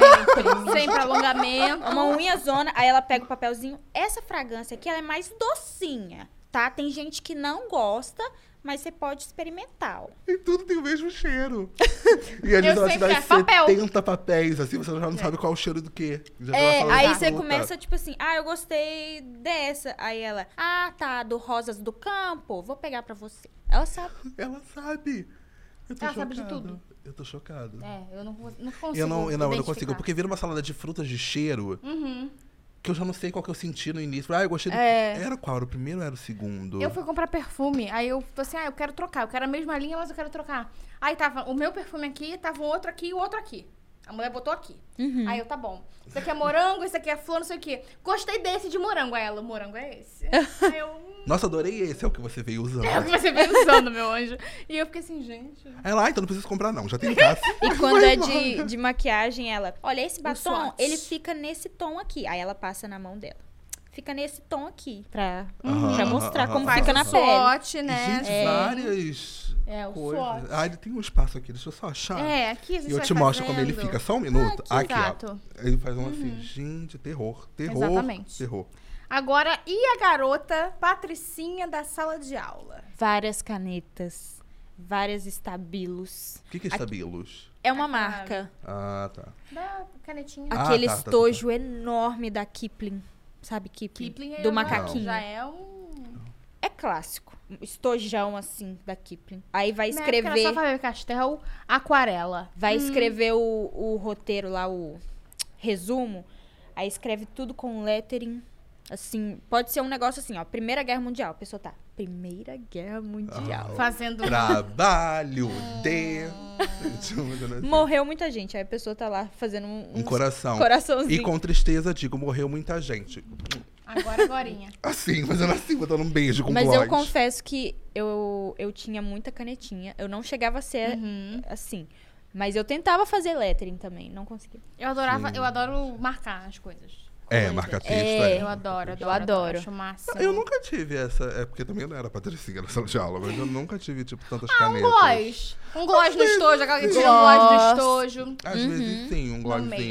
S1: Sempre alongamento.
S3: Uma unha zona, aí ela pega o papelzinho. Essa fragrância aqui, ela é mais docinha, tá? Tem gente que não gosta, mas você pode experimentar. ó.
S2: E tudo tem o
S1: [laughs]
S2: mesmo cheiro. e às vezes
S1: Eu
S2: ela te
S1: sempre
S2: dá
S1: é papel.
S2: 70 papéis, assim, você
S1: É.
S2: já não sabe qual o cheiro do quê. Já vai
S3: É,
S2: falando,
S3: aí
S2: "Puta".
S3: você começa, tipo assim, ah, eu gostei dessa. Aí ela, ah, tá, do Rosas do Campo, vou pegar pra você. Ela sabe.
S2: Ela sabe. Eu tô
S1: Ela sabe
S2: chocado.
S1: de tudo.
S2: Eu tô chocado.
S1: É, eu não, vou- não consigo.
S2: Eu não, eu não, eu não consigo,
S1: identificar.
S2: porque vira uma salada de frutas de cheiro
S1: Uhum.
S2: que eu já não sei qual que eu senti no início. Ah, eu gostei do.
S3: É.
S2: Era qual? Era o primeiro ou era o segundo?
S1: Eu fui comprar perfume, aí eu tô assim, ah, eu quero trocar, eu quero a mesma linha, mas eu quero trocar. Aí tava o meu perfume aqui, tava o outro aqui e o outro aqui. A mulher botou aqui. Aí eu, tá bom. Isso aqui é morango, isso aqui é flor, não sei o quê. Gostei desse de morango. Aí ela, o morango é esse. Aí eu, hum,
S2: Nossa, adorei esse, é o que você veio usando.
S1: é o que você veio usando, meu anjo. E eu fiquei assim, gente.
S2: Aí ela, ah, então não preciso comprar, não, já tem em
S1: [laughs]
S2: casa.
S3: [laughs] E quando é de, de maquiagem, ela, olha, esse batom,
S1: swatch.
S3: ele fica nesse tom aqui. Aí ela passa na mão dela. Fica nesse tom aqui, pra,
S2: Aham,
S3: pra
S2: aham,
S3: mostrar
S2: aham,
S3: como
S2: aham.
S3: fica na
S1: O
S3: pele.
S1: Swatch, né?
S2: Gente, várias
S1: É, o
S2: coisas.
S1: swatch.
S2: Ah, ele tem um espaço aqui, deixa eu só achar.
S1: É, aqui a gente
S2: E Tá. eu
S1: vai
S2: te mostro
S1: fazendo.
S2: como ele fica. Só um minuto.
S1: Ah,
S2: aqui,
S1: que exato. Uhum.
S2: ó. Ele faz um assim, gente, terror, terror,
S1: Exatamente.
S2: terror.
S1: Agora, e a garota patricinha da sala de aula?
S3: Várias canetas, várias estabilos.
S2: O que, que é estabilos?
S3: É uma
S1: Ah,
S3: marca.
S2: Ah, tá.
S1: Da canetinha.
S2: Ah,
S3: Aquele
S2: tá, tá, tá, tá.
S3: estojo enorme da Kipling. Sabe Kipling?
S1: Kipling é
S3: Do
S1: uma-
S3: macaquinho.
S1: Já é um.
S3: É clássico. Um Estojão, assim, da Kipling. Aí vai
S1: Na época era Né, Só
S3: É
S1: Hum.
S3: escrever...
S1: Faber Castell, aquarela.
S3: Vai escrever o, o roteiro lá, o resumo. Aí escreve tudo com lettering. Assim, pode ser um negócio assim, ó. Primeira Guerra Mundial. A pessoa tá... Primeira Guerra Mundial.
S2: Ah.
S1: Fazendo. [laughs]
S2: Trabalho de. Deixa eu fazer assim.
S3: Morreu muita gente. Aí a pessoa tá lá fazendo um,
S2: Um coração.
S3: coraçãozinho.
S2: E com tristeza digo, morreu muita gente.
S1: Agora,
S3: [laughs]
S1: agorinha.
S2: Assim, fazendo assim, botando um beijo com
S3: Mas
S2: gloss.
S3: eu confesso que eu, eu tinha muita canetinha. Eu não chegava a ser assim. Mas eu tentava fazer lettering também. Não conseguia.
S2: Hum,
S1: Eu adorava, eu adoro marcar as coisas.
S2: É,
S1: Coisas.
S2: marca texto,
S3: É.
S2: é.
S1: Eu adoro, adoro.
S3: adoro.
S1: Acho o máximo.
S2: Eu nunca tive essa. É porque também não era patricinha nessa aula, mas eu nunca tive, tipo, tantas
S1: Ah, um
S2: canetas.
S1: gloss. Um gloss no estojo, aquela que tira um gloss do estojo.
S2: Às vezes sim,
S1: Uhum. meio.
S2: um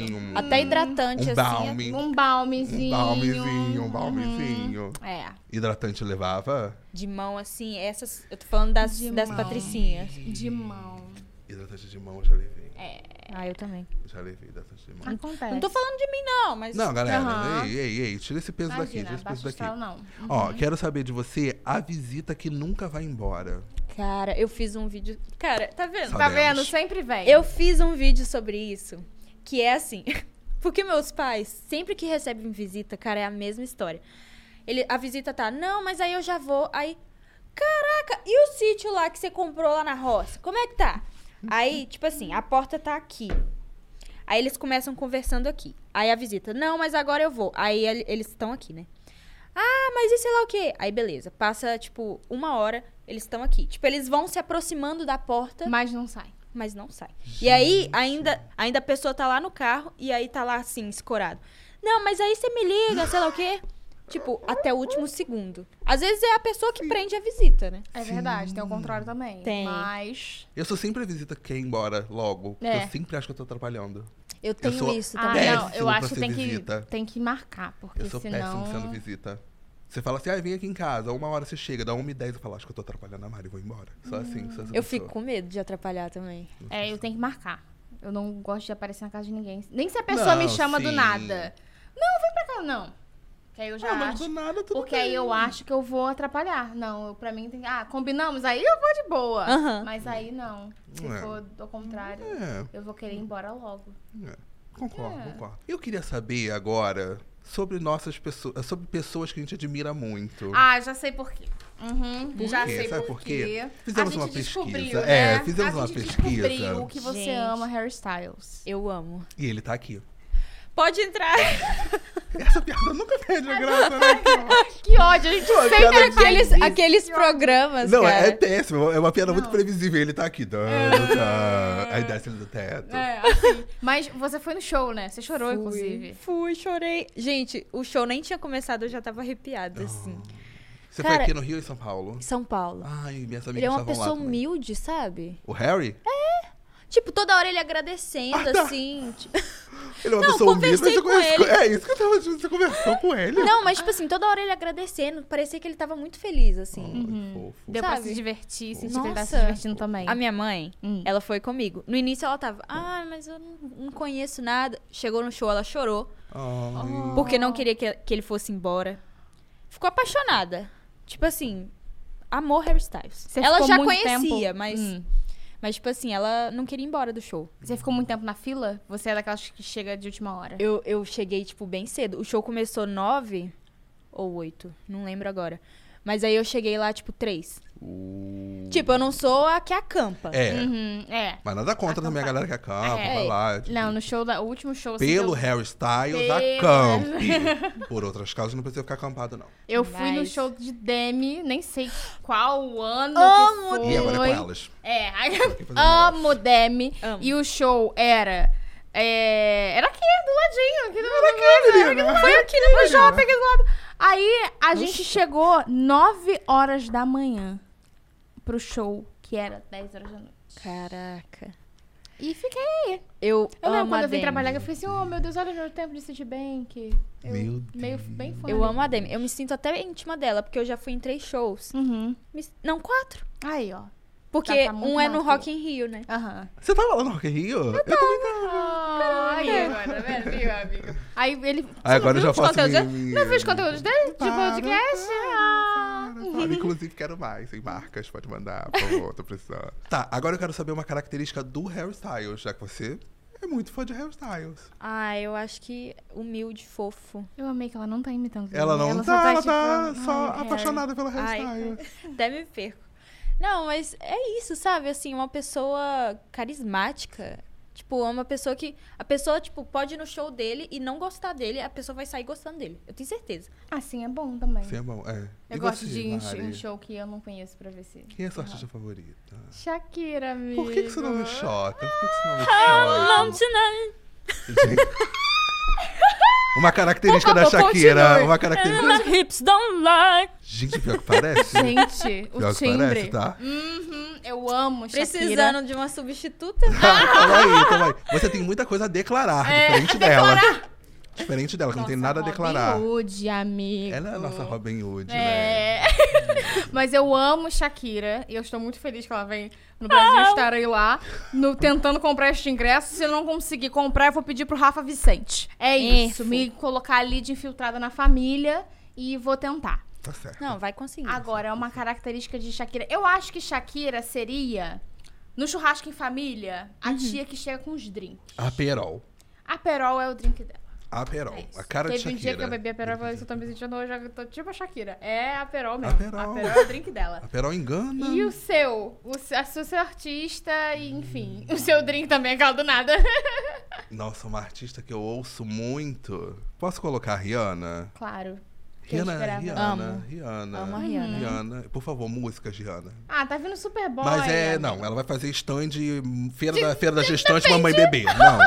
S2: glossinho. Um,
S3: Até hidratante,
S2: um
S3: assim.
S2: balme.
S1: Um balmezinho.
S2: Um balmezinho, um balmezinho.
S1: É.
S2: Hidratante levava?
S3: De mão, assim. Essas. Eu tô falando das,
S1: De
S3: das
S1: mão.
S3: patricinhas.
S1: De mão.
S2: Hidratante de mão eu já levei.
S1: É.
S3: Ah, eu também.
S2: Já levei hidratante de mão.
S1: Acontece.
S3: Não tô falando de mim, não, mas.
S2: Não, galera, né,
S1: Aham.
S2: ei, ei, ei, tira esse peso daqui,
S1: Imagina,
S2: tira esse peso
S1: baixo
S2: daqui.
S1: astral Uhum. não.
S2: Ó, quero saber de você a visita que nunca vai embora.
S3: Cara, eu fiz um vídeo. Cara, tá vendo?
S2: Sabe-
S1: Tá
S2: Sabemos.
S1: vendo? Sempre vem.
S3: Eu fiz um vídeo sobre isso, que é assim. [laughs] Porque meus pais, sempre que recebem visita, cara, é a mesma história. Ele, a visita tá, não, mas aí eu já vou. Aí, caraca, e o sítio lá que você comprou lá na roça? Como é que tá? Aí, tipo assim, a porta tá aqui. Aí eles começam conversando aqui. Aí a visita, não, mas agora eu vou. Aí ele- eles estão aqui, né? Ah, mas e sei lá o quê? Aí beleza, passa tipo uma hora, eles estão aqui. Tipo, eles vão se aproximando da porta
S1: Mas não sai.
S3: mas não sai. E aí, ainda, ainda a pessoa tá lá no carro e aí tá lá assim, escorado. Não, mas aí você me liga, sei lá o quê. Tipo, até o último segundo. Às vezes é a pessoa que prende a visita, né?
S1: É verdade, tem o contrário também.
S3: Tem.
S1: Mas.
S2: Eu sou sempre a visita que quer ir embora logo. porque
S1: É.
S2: Eu sempre acho que eu tô atrapalhando.
S3: Eu tenho
S2: sou-
S3: isso
S1: Ah,
S3: também.
S2: Péssimo
S1: não, eu
S2: pra
S1: acho que
S2: ser
S1: tem, que
S2: visita.
S1: tem que marcar, porque
S2: Eu sou
S1: senão.
S2: péssimo sendo visita. Você fala assim, ah, vem aqui em casa, uma hora você chega, dá 1h10, eu falo, acho que eu tô atrapalhando a Mari, vou embora.
S1: Hum.
S2: Só assim, só assim.
S3: Eu fico com medo de atrapalhar também.
S1: É, eu tenho que marcar. Eu não gosto de aparecer na casa de ninguém. Nem se a pessoa me
S2: Não,
S1: chama do
S2: sim.
S1: nada. Não, vem pra cá, não. Que aí eu já
S2: Ah, mas
S1: acho.
S2: do nada tudo
S1: Porque
S2: bem.
S1: aí eu acho que eu vou atrapalhar. Não, eu, pra mim tem. Ah, combinamos? Aí eu vou de boa.
S3: Aham.
S1: Mas aí não. Se
S2: É.
S1: for ao contrário,
S2: É,
S1: eu vou querer ir embora logo.
S2: é. Concordo,
S1: É.
S2: concordo. Eu queria saber agora sobre nossas pessoas, eh, sobre pessoas que a gente admira muito.
S1: Ah, já sei por quê. Uhum,
S2: Por
S1: já
S2: quê?
S1: sei
S2: Sabe
S1: por
S2: por quê?
S1: quê.
S2: Fizemos
S1: a gente
S2: uma pesquisa.
S1: descobriu,
S2: É,
S1: né?
S2: fizemos
S1: a
S2: uma
S1: gente
S2: pesquisa.
S1: descobriu que você
S3: Gente.
S1: ama hairstyles.
S3: Eu amo.
S2: E ele tá aqui. [laughs]
S3: Pode entrar.
S2: Essa piada nunca perde a
S1: é
S2: graça, né?
S1: [laughs] Que ódio, a gente sempre
S2: piada
S1: faz
S3: Aqueles,
S1: isso.
S3: aqueles programas,
S2: Não,
S3: cara.
S2: é, é péssimo. É uma piada muito
S1: Não.
S2: previsível. Ele tá aqui. Dan, dan. Aí desce ele do teto.
S1: É, assim. Mas você foi no show, né? Você chorou,
S3: Fui,
S1: inclusive.
S3: Fui, chorei. Gente, o show nem tinha começado, eu já tava arrepiada, assim.
S2: Ah. Você
S3: Cara-
S2: foi aqui no Rio e São Paulo?
S3: São Paulo.
S2: Ai, minhas amigas
S3: Ele é
S2: Ah,
S3: uma
S2: estavam lá
S3: pessoa
S2: também.
S3: humilde, sabe?
S2: O Harry?
S3: Tipo, toda hora ele agradecendo, assim. ti- [laughs]
S2: Ele é uma
S3: Não,
S2: pessoa humilde, mas
S3: conversei
S2: você
S3: com
S2: conhece-
S3: ele.
S2: É isso que eu tava dizendo, você conversou com ele.
S3: Não, mas tipo assim, toda hora ele agradecendo. Parecia que ele tava muito feliz,
S2: Ai,
S3: assim.
S2: que fofo.
S1: Deu pra
S3: Sabe?
S1: se divertir, se
S3: Nossa.
S1: ele tá se divertindo também.
S3: A minha mãe,
S1: Hum.
S3: ela foi comigo. No início ela tava, ah, mas eu não, não conheço nada. Chegou no show, ela chorou.
S2: Ai.
S3: Porque não queria que, que ele fosse embora. Ficou apaixonada. Tipo assim, amor Harry Styles.
S1: Você
S3: ela
S1: ficou
S3: já
S1: muito
S3: conhecia,
S1: tempo-
S3: mas.
S1: Hum.
S3: Mas, tipo assim, ela não queria ir embora do show.
S1: Você ficou muito tempo na fila? Você é daquelas que chega de última hora?
S3: Eu, eu cheguei, tipo, bem cedo. O show começou nove ou oito, não lembro agora. Mas aí eu cheguei lá, tipo, três.
S2: Uh.
S3: Tipo, eu não sou a que acampa.
S2: É,
S1: Uhum, é.
S2: mas nada contra também a galera que acampa,
S1: É.
S2: vai lá. tipo,
S1: Não, no show da, o último show. assim,
S2: Pelo
S1: eu,
S2: Harry Styles,
S1: Pelo-
S2: acampe. Por outras causas, não precisa ficar acampado, não.
S1: eu fui no
S3: Mas-
S1: show de Demi, nem sei qual ano que foi.
S2: E agora é com elas.
S1: É, [laughs] aí-
S2: Tem que fazer um
S1: amo Demi.
S3: Amo.
S1: E o show era. é, era aqui, do ladinho. Aqui do era
S2: menina.
S1: Foi aqui no meu shopping, aqui do lado. Aí a
S3: Oxi.
S1: gente chegou 9 horas da manhã pro show, que era 10 horas da noite.
S3: Caraca.
S1: E fiquei.
S3: Eu,
S1: Eu lembro
S3: amo
S1: quando
S3: a
S1: eu vim
S3: Demi.
S1: trabalhar, eu fiquei assim, oh meu Deus, olha meu tempo de Citibank. Eu,
S2: Meu
S1: meio
S2: Deus.
S1: bem fã.
S3: Eu amo a Demi. Eu me sinto até íntima dela, porque eu já fui em três shows.
S1: Uhum.
S3: Me- Não, quatro.
S1: Aí, ó.
S3: Porque
S1: tá muito
S3: um é no
S1: massa.
S3: Rock in Rio, né?
S1: Aham.
S2: Você tava lá no Rock in Rio? Eu também tava.
S3: É.
S1: aí agora, velho, viu, amigo? Aí ele. Você
S2: Ah, agora
S1: não
S2: eu
S1: viu
S2: já
S1: os
S2: faço
S1: conteúdos dele?
S2: mimimi.
S1: Não viu os conteúdos dele? De
S2: Para,
S1: podcast? Ah.
S2: Para,
S3: Uhum.
S2: para. Inclusive, quero mais. Sem marcas, pode mandar. Por favor, tô
S3: [laughs]
S2: precisando. Tá, agora eu quero saber uma característica do Harry Styles, já que você é muito fã de Harry Styles.
S3: Ah, eu acho que humilde, fofo.
S1: Eu amei que ela não tá imitando.
S2: Ela não
S1: ela
S2: tá, ela
S1: só
S2: tá
S1: tipo,
S2: só
S1: ai, então.
S2: apaixonada pelo Harry
S3: Ai.
S2: Styles.
S3: Até me perco. Não, mas é isso, sabe? Assim, uma pessoa carismática. Tipo, é uma pessoa que. A pessoa, tipo, pode ir no show dele e não gostar dele, a pessoa vai sair gostando dele. Eu tenho certeza.
S1: é. Assim é bom também.
S2: Sim, é bom, é.
S1: Eu
S2: E
S1: gosto
S2: você,
S1: de ir em sh-
S2: Mari?
S1: em show que eu não conheço pra ver se.
S2: Quem é a sua artista favorita?
S1: Shakira, amigo.
S2: Por que, que você não me chota? Por que, que você não me
S1: Ah,
S2: chota? Gente. Uma característica
S3: Por
S2: da
S3: favor,
S2: Shakira.
S3: continue.
S2: Uma característica.
S3: hips don't lie.
S2: Gente, pior que parece.
S1: Gente,
S2: [laughs]
S1: o
S2: pior que
S1: timbre.
S2: parece,
S1: [laughs]
S2: tá?
S1: Uhum, eu amo Shakira.
S3: Precisando de uma substituta.
S2: calma aí, calma aí. Você tem muita coisa a declarar,
S1: É,
S2: diferente dela. Diferente dela, que não tem nada a declarar.
S1: Robin Hood, amigo.
S2: Ela é a nossa Robin Hood, né?
S1: É. [laughs] Mas eu amo Shakira e eu estou muito feliz que ela vem no Brasil. Estarei lá no, tentando comprar este ingresso. Se eu não conseguir comprar, eu vou pedir pro Rafa Vicente. É isso.
S3: Isso.
S1: Me colocar ali de infiltrada na família e vou tentar.
S2: Tá certo.
S3: Não, vai conseguir.
S1: Agora, é uma característica de Shakira. Eu acho que Shakira seria, no churrasco em família, a tia que chega com os drinks.
S2: A Perol.
S1: A Perol é o drink dela.
S2: A Perol.
S1: É isso.
S2: a cara
S1: Teve
S2: de Shakira.
S1: um dia que eu bebi a Perol e falei assim, eu tô me sentindo hoje, eu tô tipo a Shakira. É a Perol mesmo.
S2: Aperol.
S1: é o drink dela.
S2: A Perol engana.
S1: E o seu? O seu, a sua- seu artista e, enfim, [laughs] o seu drink também é caldo nada.
S2: Nossa, uma artista que eu ouço muito. Posso colocar a Rihanna?
S1: [laughs] Claro. que eu
S2: Rihanna,
S1: esperava.
S2: Rihanna,
S3: Amo.
S2: Rihanna.
S3: Amo a Rihanna.
S2: Rihanna. Por favor, músicas, Rihanna.
S1: Ah, tá vindo super bom.
S2: Mas é, não, ela vai fazer stand feira da feira da gestante mamãe e bebê. Não.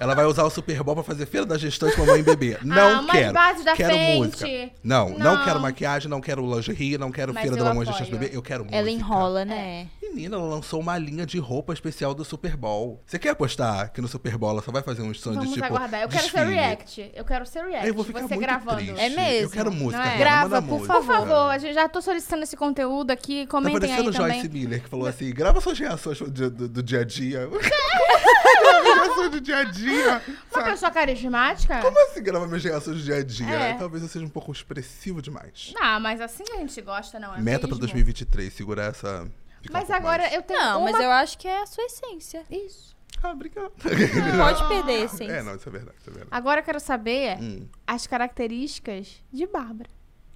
S2: Ela vai usar o Super Bowl pra fazer feira da gestante mamãe
S1: [laughs]
S2: e bebê. Não
S1: umas
S2: quero.
S1: bases Ah, da
S2: quero
S1: frente.
S2: música. Não, não,
S1: Não.
S2: quero maquiagem, não quero lingerie, não quero
S1: Mas
S2: feira da
S1: eu
S2: mamãe e
S1: apoio.
S2: gestante bebê. Eu quero música.
S3: Ela enrola, né?
S2: Menina, ela lançou uma linha de roupa especial do Super Bowl. Você quer apostar que no Super Bowl ela só vai fazer um stand
S1: Vamos
S2: tipo
S1: aguardar. Eu quero
S2: desfile?
S1: ser react. Eu quero ser react.
S2: Eu vou ficar
S1: você
S2: muito
S1: gravando.
S2: triste.
S3: É mesmo,
S2: Eu quero música.
S1: não é?
S2: Rihanna,
S3: Grava,
S2: manda
S3: por
S2: música.
S1: Por favor, a gente já tô solicitando esse conteúdo aqui.
S2: Tá
S1: Comentem
S2: parecendo
S1: aí
S2: o Joyce
S1: também.
S2: Miller, que falou assim, grava suas reações do, dia- do- do dia a dia. [laughs] Grava minhas reações do dia a dia.
S1: Uma
S2: Sabe?
S1: pessoa carismática?
S2: Como assim grava minhas reações do dia a dia?
S1: É.
S2: Talvez eu seja um pouco expressivo demais.
S1: Ah, mas assim a gente gosta, não é
S2: Meta
S1: mesmo?
S2: pra 2023, segurar essa... ficar um
S1: Mas
S2: pouco
S1: agora
S2: mais.
S1: eu tenho
S3: Não,
S1: uma...
S3: mas eu acho que é a sua essência.
S1: Isso.
S2: Ah, obrigado.
S3: Pode perder a essência.
S2: [laughs] É, não, isso é verdade, isso é verdade.
S1: Agora eu quero saber
S2: Hum,
S1: as características de Bárbara.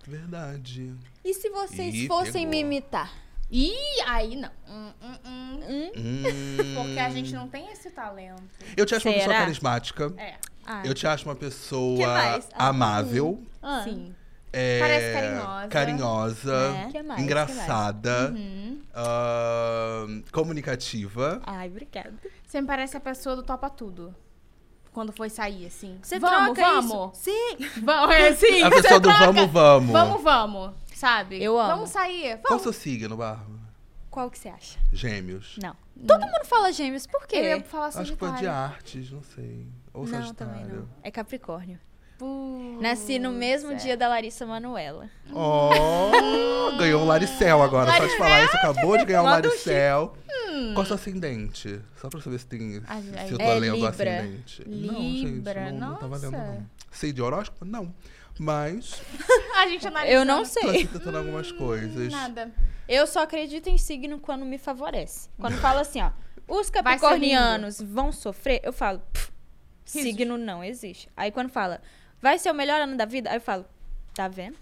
S2: verdade.
S3: E se vocês
S2: Ih,
S3: fossem
S2: pegou.
S3: me imitar?
S1: Ih, aí não. Hum, hum, hum.
S3: Hum?
S2: Hum,
S1: Porque a gente não tem esse talento.
S2: Eu te acho uma pessoa
S3: Será?
S2: carismática.
S1: É,
S3: Ah,
S2: Eu te acho uma
S3: Que
S2: pessoa
S3: mais? Ah,
S2: amável.
S3: ah.
S1: sim.
S2: É,
S1: Parece carinhosa.
S2: Carinhosa.
S3: Né? Que mais, que
S2: engraçada. ahn, comunicativa.
S3: Ai, obrigada.
S1: Você me parece a pessoa do topa tudo. Quando foi sair, assim.
S3: Você
S1: vamos,
S3: troca
S1: vamos.
S3: isso? Sim.
S1: Vamos,
S3: [laughs]
S1: é assim.
S2: A
S1: você
S2: pessoa do
S1: troca.
S2: vamos, vamos.
S1: Vamos, vamos. Sabe?
S3: Eu amo.
S1: Vamos sair.
S2: Qual o
S1: Vamos.
S2: seu signo, Bárbara?
S3: Qual que você acha?
S2: Gêmeos.
S3: Não. Todo mundo fala gêmeos, por quê?
S1: Eu assim, ia falar
S2: É, Acho que foi de
S1: Sagitário.
S2: artes, não sei. Ou
S3: Não, também
S2: Sagitário.
S3: não. Hum, É Capricórnio.
S1: Putz,
S3: Nasci no mesmo
S1: é.
S3: dia da Larissa Manuela.
S2: Oh, ganhou um Laricel agora. Só de falar isso, acabou de ganhar um
S3: Manda um
S2: Laricel. Qual é o seu ascendente? Só pra saber se tem.
S1: Ai, ai.
S2: se eu tô
S3: Hum. É
S2: lendo o
S3: Libra.
S2: ascendente.
S1: Libra,
S2: não, gente, não, não tá valendo,
S1: nossa.
S2: não. Sei de horóscopo? Não. Mas
S1: A gente analisa.
S3: Eu não
S2: tô
S3: sei. Hum,
S2: aqui tentando algumas coisas.
S1: Nada.
S3: Eu só acredito em signo quando me favorece. Quando fala assim, ó, os
S1: ser
S3: capricornianos vão sofrer, eu falo, "Pff,
S1: Risos.
S3: signo não existe. Aí quando fala, vai ser o melhor ano da vida, aí eu falo, tá vendo?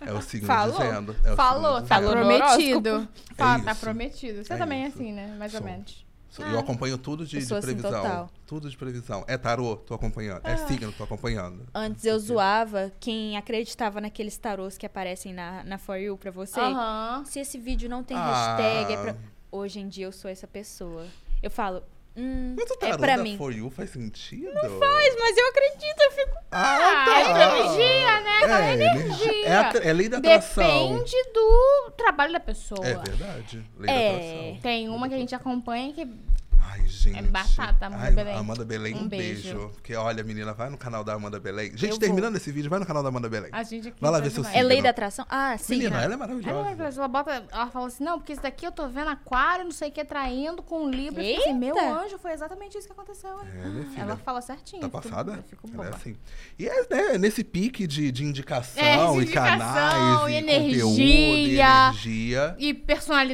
S2: É o signo
S3: Falou.
S2: dizendo. É o signo
S1: Falou, tá
S2: dizendo.
S3: Falou no
S1: prometido. Fala,
S2: É
S1: tá
S2: isso.
S1: prometido. Você
S2: É
S1: também é
S2: isso.
S1: assim, né? Mais ou
S2: Sou.
S1: menos.
S2: Eu acompanho tudo de,
S3: Eu
S2: de
S3: sou assim,
S2: previsão.
S3: total. Ah.
S2: Tudo de previsão. É tarô, tô acompanhando. É signo, tô acompanhando.
S3: Antes eu zoava quem acreditava naqueles tarôs que aparecem na, na For You pra você.
S1: Aham.
S3: Se esse vídeo não tem
S2: Ah.
S3: hashtag, é pra... Hoje em dia eu sou essa pessoa. Eu falo, hum,
S2: Mas o tarô
S3: é pra
S2: da
S3: mim.
S2: For You faz sentido? Não faz.
S3: Mas eu acredito, eu fico...
S2: Ah, tá.
S1: é energia, né? Aquela
S2: É, energia. É, a- é lei da atração.
S1: Depende do trabalho da pessoa.
S2: É verdade. Lei
S3: É.
S2: da atração.
S1: Tem uma que a gente acompanha que. é
S2: Ai, gente.
S1: batata, Amanda
S2: Ai,
S1: Belém.
S2: Amanda Belém, um,
S1: Um
S2: beijo.
S1: beijo.
S2: Porque, olha, menina, vai no canal da Amanda Belém. Gente,
S3: Eu
S2: terminando esse vídeo, vai no canal da Amanda Belém.
S1: A gente aqui
S2: Vai lá
S1: tá
S2: ver seu
S1: demais.
S3: É lei
S2: Signo.
S3: da atração? Ah, sim.
S2: menina, ela
S3: ah.
S2: é
S1: Aí ela,
S2: maravilhosa.
S1: ela bota, ela fala assim, não, porque isso daqui eu tô vendo aquário, não sei o que, traindo com Libra. Eu fico Assim, meu
S3: Eita!
S1: anjo, foi exatamente isso que aconteceu. né?
S2: É, minha filha.
S1: Ela fala certinho.
S2: Tá
S1: eu fico-
S2: passada?
S1: Eu fico
S2: Ela é
S1: boba.
S2: assim. E é né, nesse pique de, de indicação,
S1: É, de
S2: e
S1: indicação,
S2: canais, e,
S1: e
S2: conteúdo, e
S1: energia.
S2: energia.
S1: E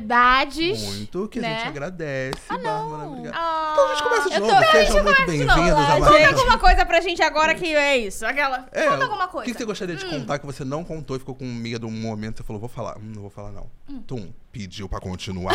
S1: personalidades.
S2: Muito, que a gente
S1: né?
S2: agradece, Bárbara. Obrigada.
S1: Ah,
S2: Então a gente começa de
S3: eu
S2: novo.
S3: tô- Peraí,
S2: Sejam muito bem-vindos a mais
S1: Conta alguma coisa pra gente agora que é isso. Aquela.
S2: É,
S1: conta alguma
S2: O
S1: coisa.
S2: que que você gostaria de contar que você não contou e ficou com medo um momento? Você falou, vou falar. Hum, não vou falar, não. Tum, pediu pra continuar.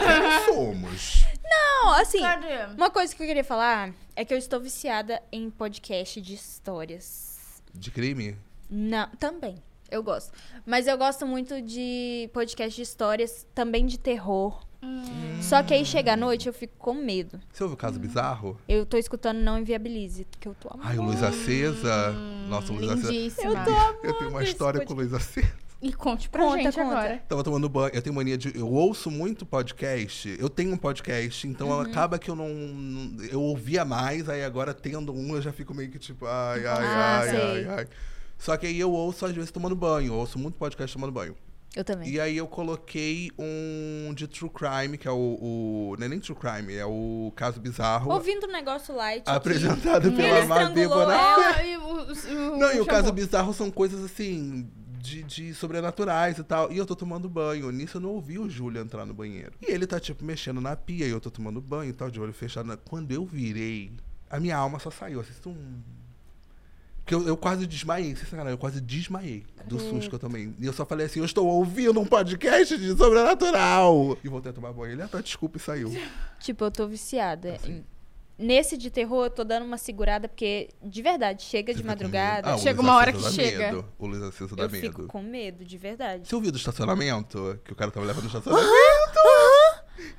S2: Quem somos?
S3: Não, assim,
S1: Cadê?
S3: uma coisa que eu queria falar é que eu estou viciada em podcast de histórias.
S2: De crime?
S3: Não, também. Eu gosto. Mas eu gosto muito de podcast de histórias, também de terror.
S2: Hum.
S3: Só que aí chega a noite eu fico com medo.
S2: Você ouviu o caso bizarro?
S3: Eu tô escutando Não Inviabilize, que eu tô amando.
S2: Ai, o Luz Acesa. Nossa, o Luz Acesa.
S1: Lindíssima.
S2: Eu tenho uma
S3: esse
S2: história com o Luz Acesa.
S1: E conte pra
S3: Conta,
S1: gente
S3: conta.
S1: agora.
S2: Tava tomando banho. Eu tenho mania de. Eu ouço muito podcast. Eu tenho um podcast, então
S3: Uhum.
S2: acaba que eu não, não- Eu ouvia mais, aí agora tendo um, eu já fico meio que tipo, ai, ai,
S3: Ah,
S2: ai,
S3: sei.
S2: ai, ai. Só que aí eu ouço às vezes tomando banho. Eu ouço muito podcast tomando banho.
S3: Eu também.
S2: E aí eu coloquei um de True Crime, que é o. o não é nem True Crime, é o Caso Bizarro.
S3: Ouvindo um negócio light. aqui.
S2: Apresentado
S3: Ele
S2: pela Mabê
S3: estrangulou
S2: Bonafé. [laughs]
S1: Ela e o- o- o-
S2: Não, e o
S1: chamou.
S2: caso é bizarro são coisas assim. De, de sobrenaturais e tal. E eu tô tomando banho. Nisso eu não ouvi o Júlio entrar no banheiro. E ele tá, tipo, mexendo na pia e eu tô tomando banho e tal, de olho fechado. na- Quando eu virei, a minha alma só saiu. Assim, tum. Porque eu, eu quase desmaiei. Sem sacanagem, eu quase desmaiei do susto que eu tomei. E eu só falei assim: eu estou ouvindo um podcast de sobrenatural. E voltei a tomar banho. Ele, ah, tá, desculpa, e saiu.
S3: Tipo, eu tô
S2: Tá
S3: viciada. em- Nesse de terror, eu tô dando uma segurada, porque, de verdade, chega de
S2: Fica com medo.
S3: madrugada.
S2: Ah, o
S1: Chega
S2: Luiz
S1: uma hora
S2: Aceso
S1: que
S2: dá
S1: chega.
S2: medo. O Luiz Aceso dá
S3: eu
S2: medo.
S3: fico com medo, de verdade.
S2: Você ouviu do estacionamento? Que o cara tava levando no estacionamento?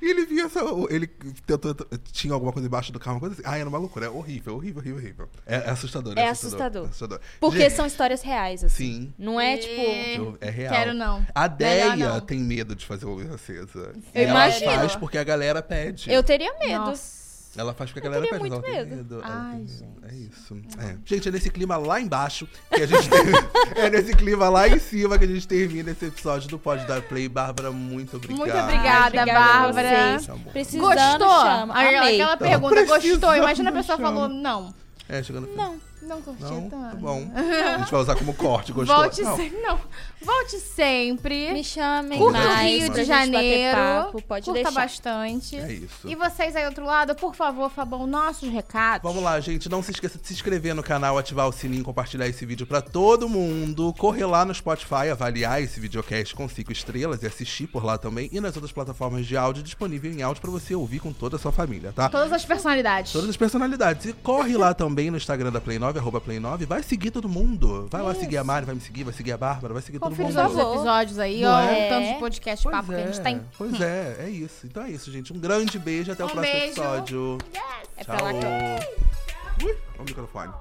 S2: E ele via essa. Ele tentou. Tinha alguma coisa embaixo do carro, uma coisa assim. Ai, era uma loucura. É horrível, horrível, horrível, horrível. É, é assustador,
S3: É assustador. Porque
S2: Gente,
S3: são histórias reais, assim.
S2: Sim.
S3: Não é, tipo...
S2: eu- É real.
S1: Quero não.
S2: A
S1: Melhor
S2: Deia
S1: não.
S2: tem medo de fazer uma luz acesa.
S3: Eu
S2: E ela
S3: imagino.
S2: faz porque a galera pede.
S3: Eu teria medo.
S1: Nossa.
S2: Ela faz porque a galera
S3: teria
S2: pede, mas ela
S3: muito
S2: tem
S3: medo.
S2: medo. ela
S1: Ai,
S2: tem
S1: gente.
S2: medo. É isso. É. Gente, é nesse clima lá embaixo que a gente tem... [laughs] É nesse clima lá em cima que a gente termina esse episódio do Pode Dar Play. Bárbara, muito obrigada. Tá
S1: Muito obrigada,
S3: Obrigada a
S1: Bárbara.
S3: vocês.
S2: Amor.
S3: Precisando,
S1: Gostou?
S3: chama.
S1: Aí,
S3: Amei.
S1: Aquela pergunta, gostou?
S2: precisando,
S1: Imagina a pessoa
S2: chama.
S1: falou, não.
S2: É, chegando no
S3: Não.
S1: Não curti
S2: Não, tá
S1: tanto.
S2: bom. A gente vai usar como corte, gostou?
S1: Volte
S2: não.
S1: sempre. Não. Volte sempre.
S3: Me chamem
S1: Curta o
S3: mais
S1: Rio
S3: pra
S1: de
S3: gente bater
S1: Janeiro.
S3: papo, Pode
S1: Curta
S3: deixar.
S1: bastante.
S2: É isso.
S1: E vocês aí do outro lado, por favor, Fabão, nossos recados.
S2: Vamos lá, gente. Não se esqueça de se inscrever no canal, ativar o sininho, compartilhar esse vídeo pra todo mundo. Correr lá no Spotify, avaliar esse videocast com cinco estrelas e assistir por lá também. E nas outras plataformas de áudio disponível em áudio pra você ouvir com toda a sua família, tá?
S1: Todas as personalidades.
S2: Todas as personalidades. E corre lá também no Instagram da Play 9, arroba Play 9. Vai seguir todo mundo. Vai lá seguir a Mari, vai me seguir, vai seguir a Bárbara, vai seguir
S1: Confira os
S2: todo mundo.
S1: outros
S3: Por favor.
S1: episódios aí,
S2: Não
S1: ó.
S2: é?
S1: O tanto de podcast
S2: Pois é,
S1: papo que a gente tá em.
S2: Pois é, é isso. Então é isso, gente. Um grande beijo até o
S1: Um
S2: próximo
S1: beijo.
S2: episódio.
S3: É pra
S2: Tchau.
S3: lá que eu...
S2: Ui, olha o microfone.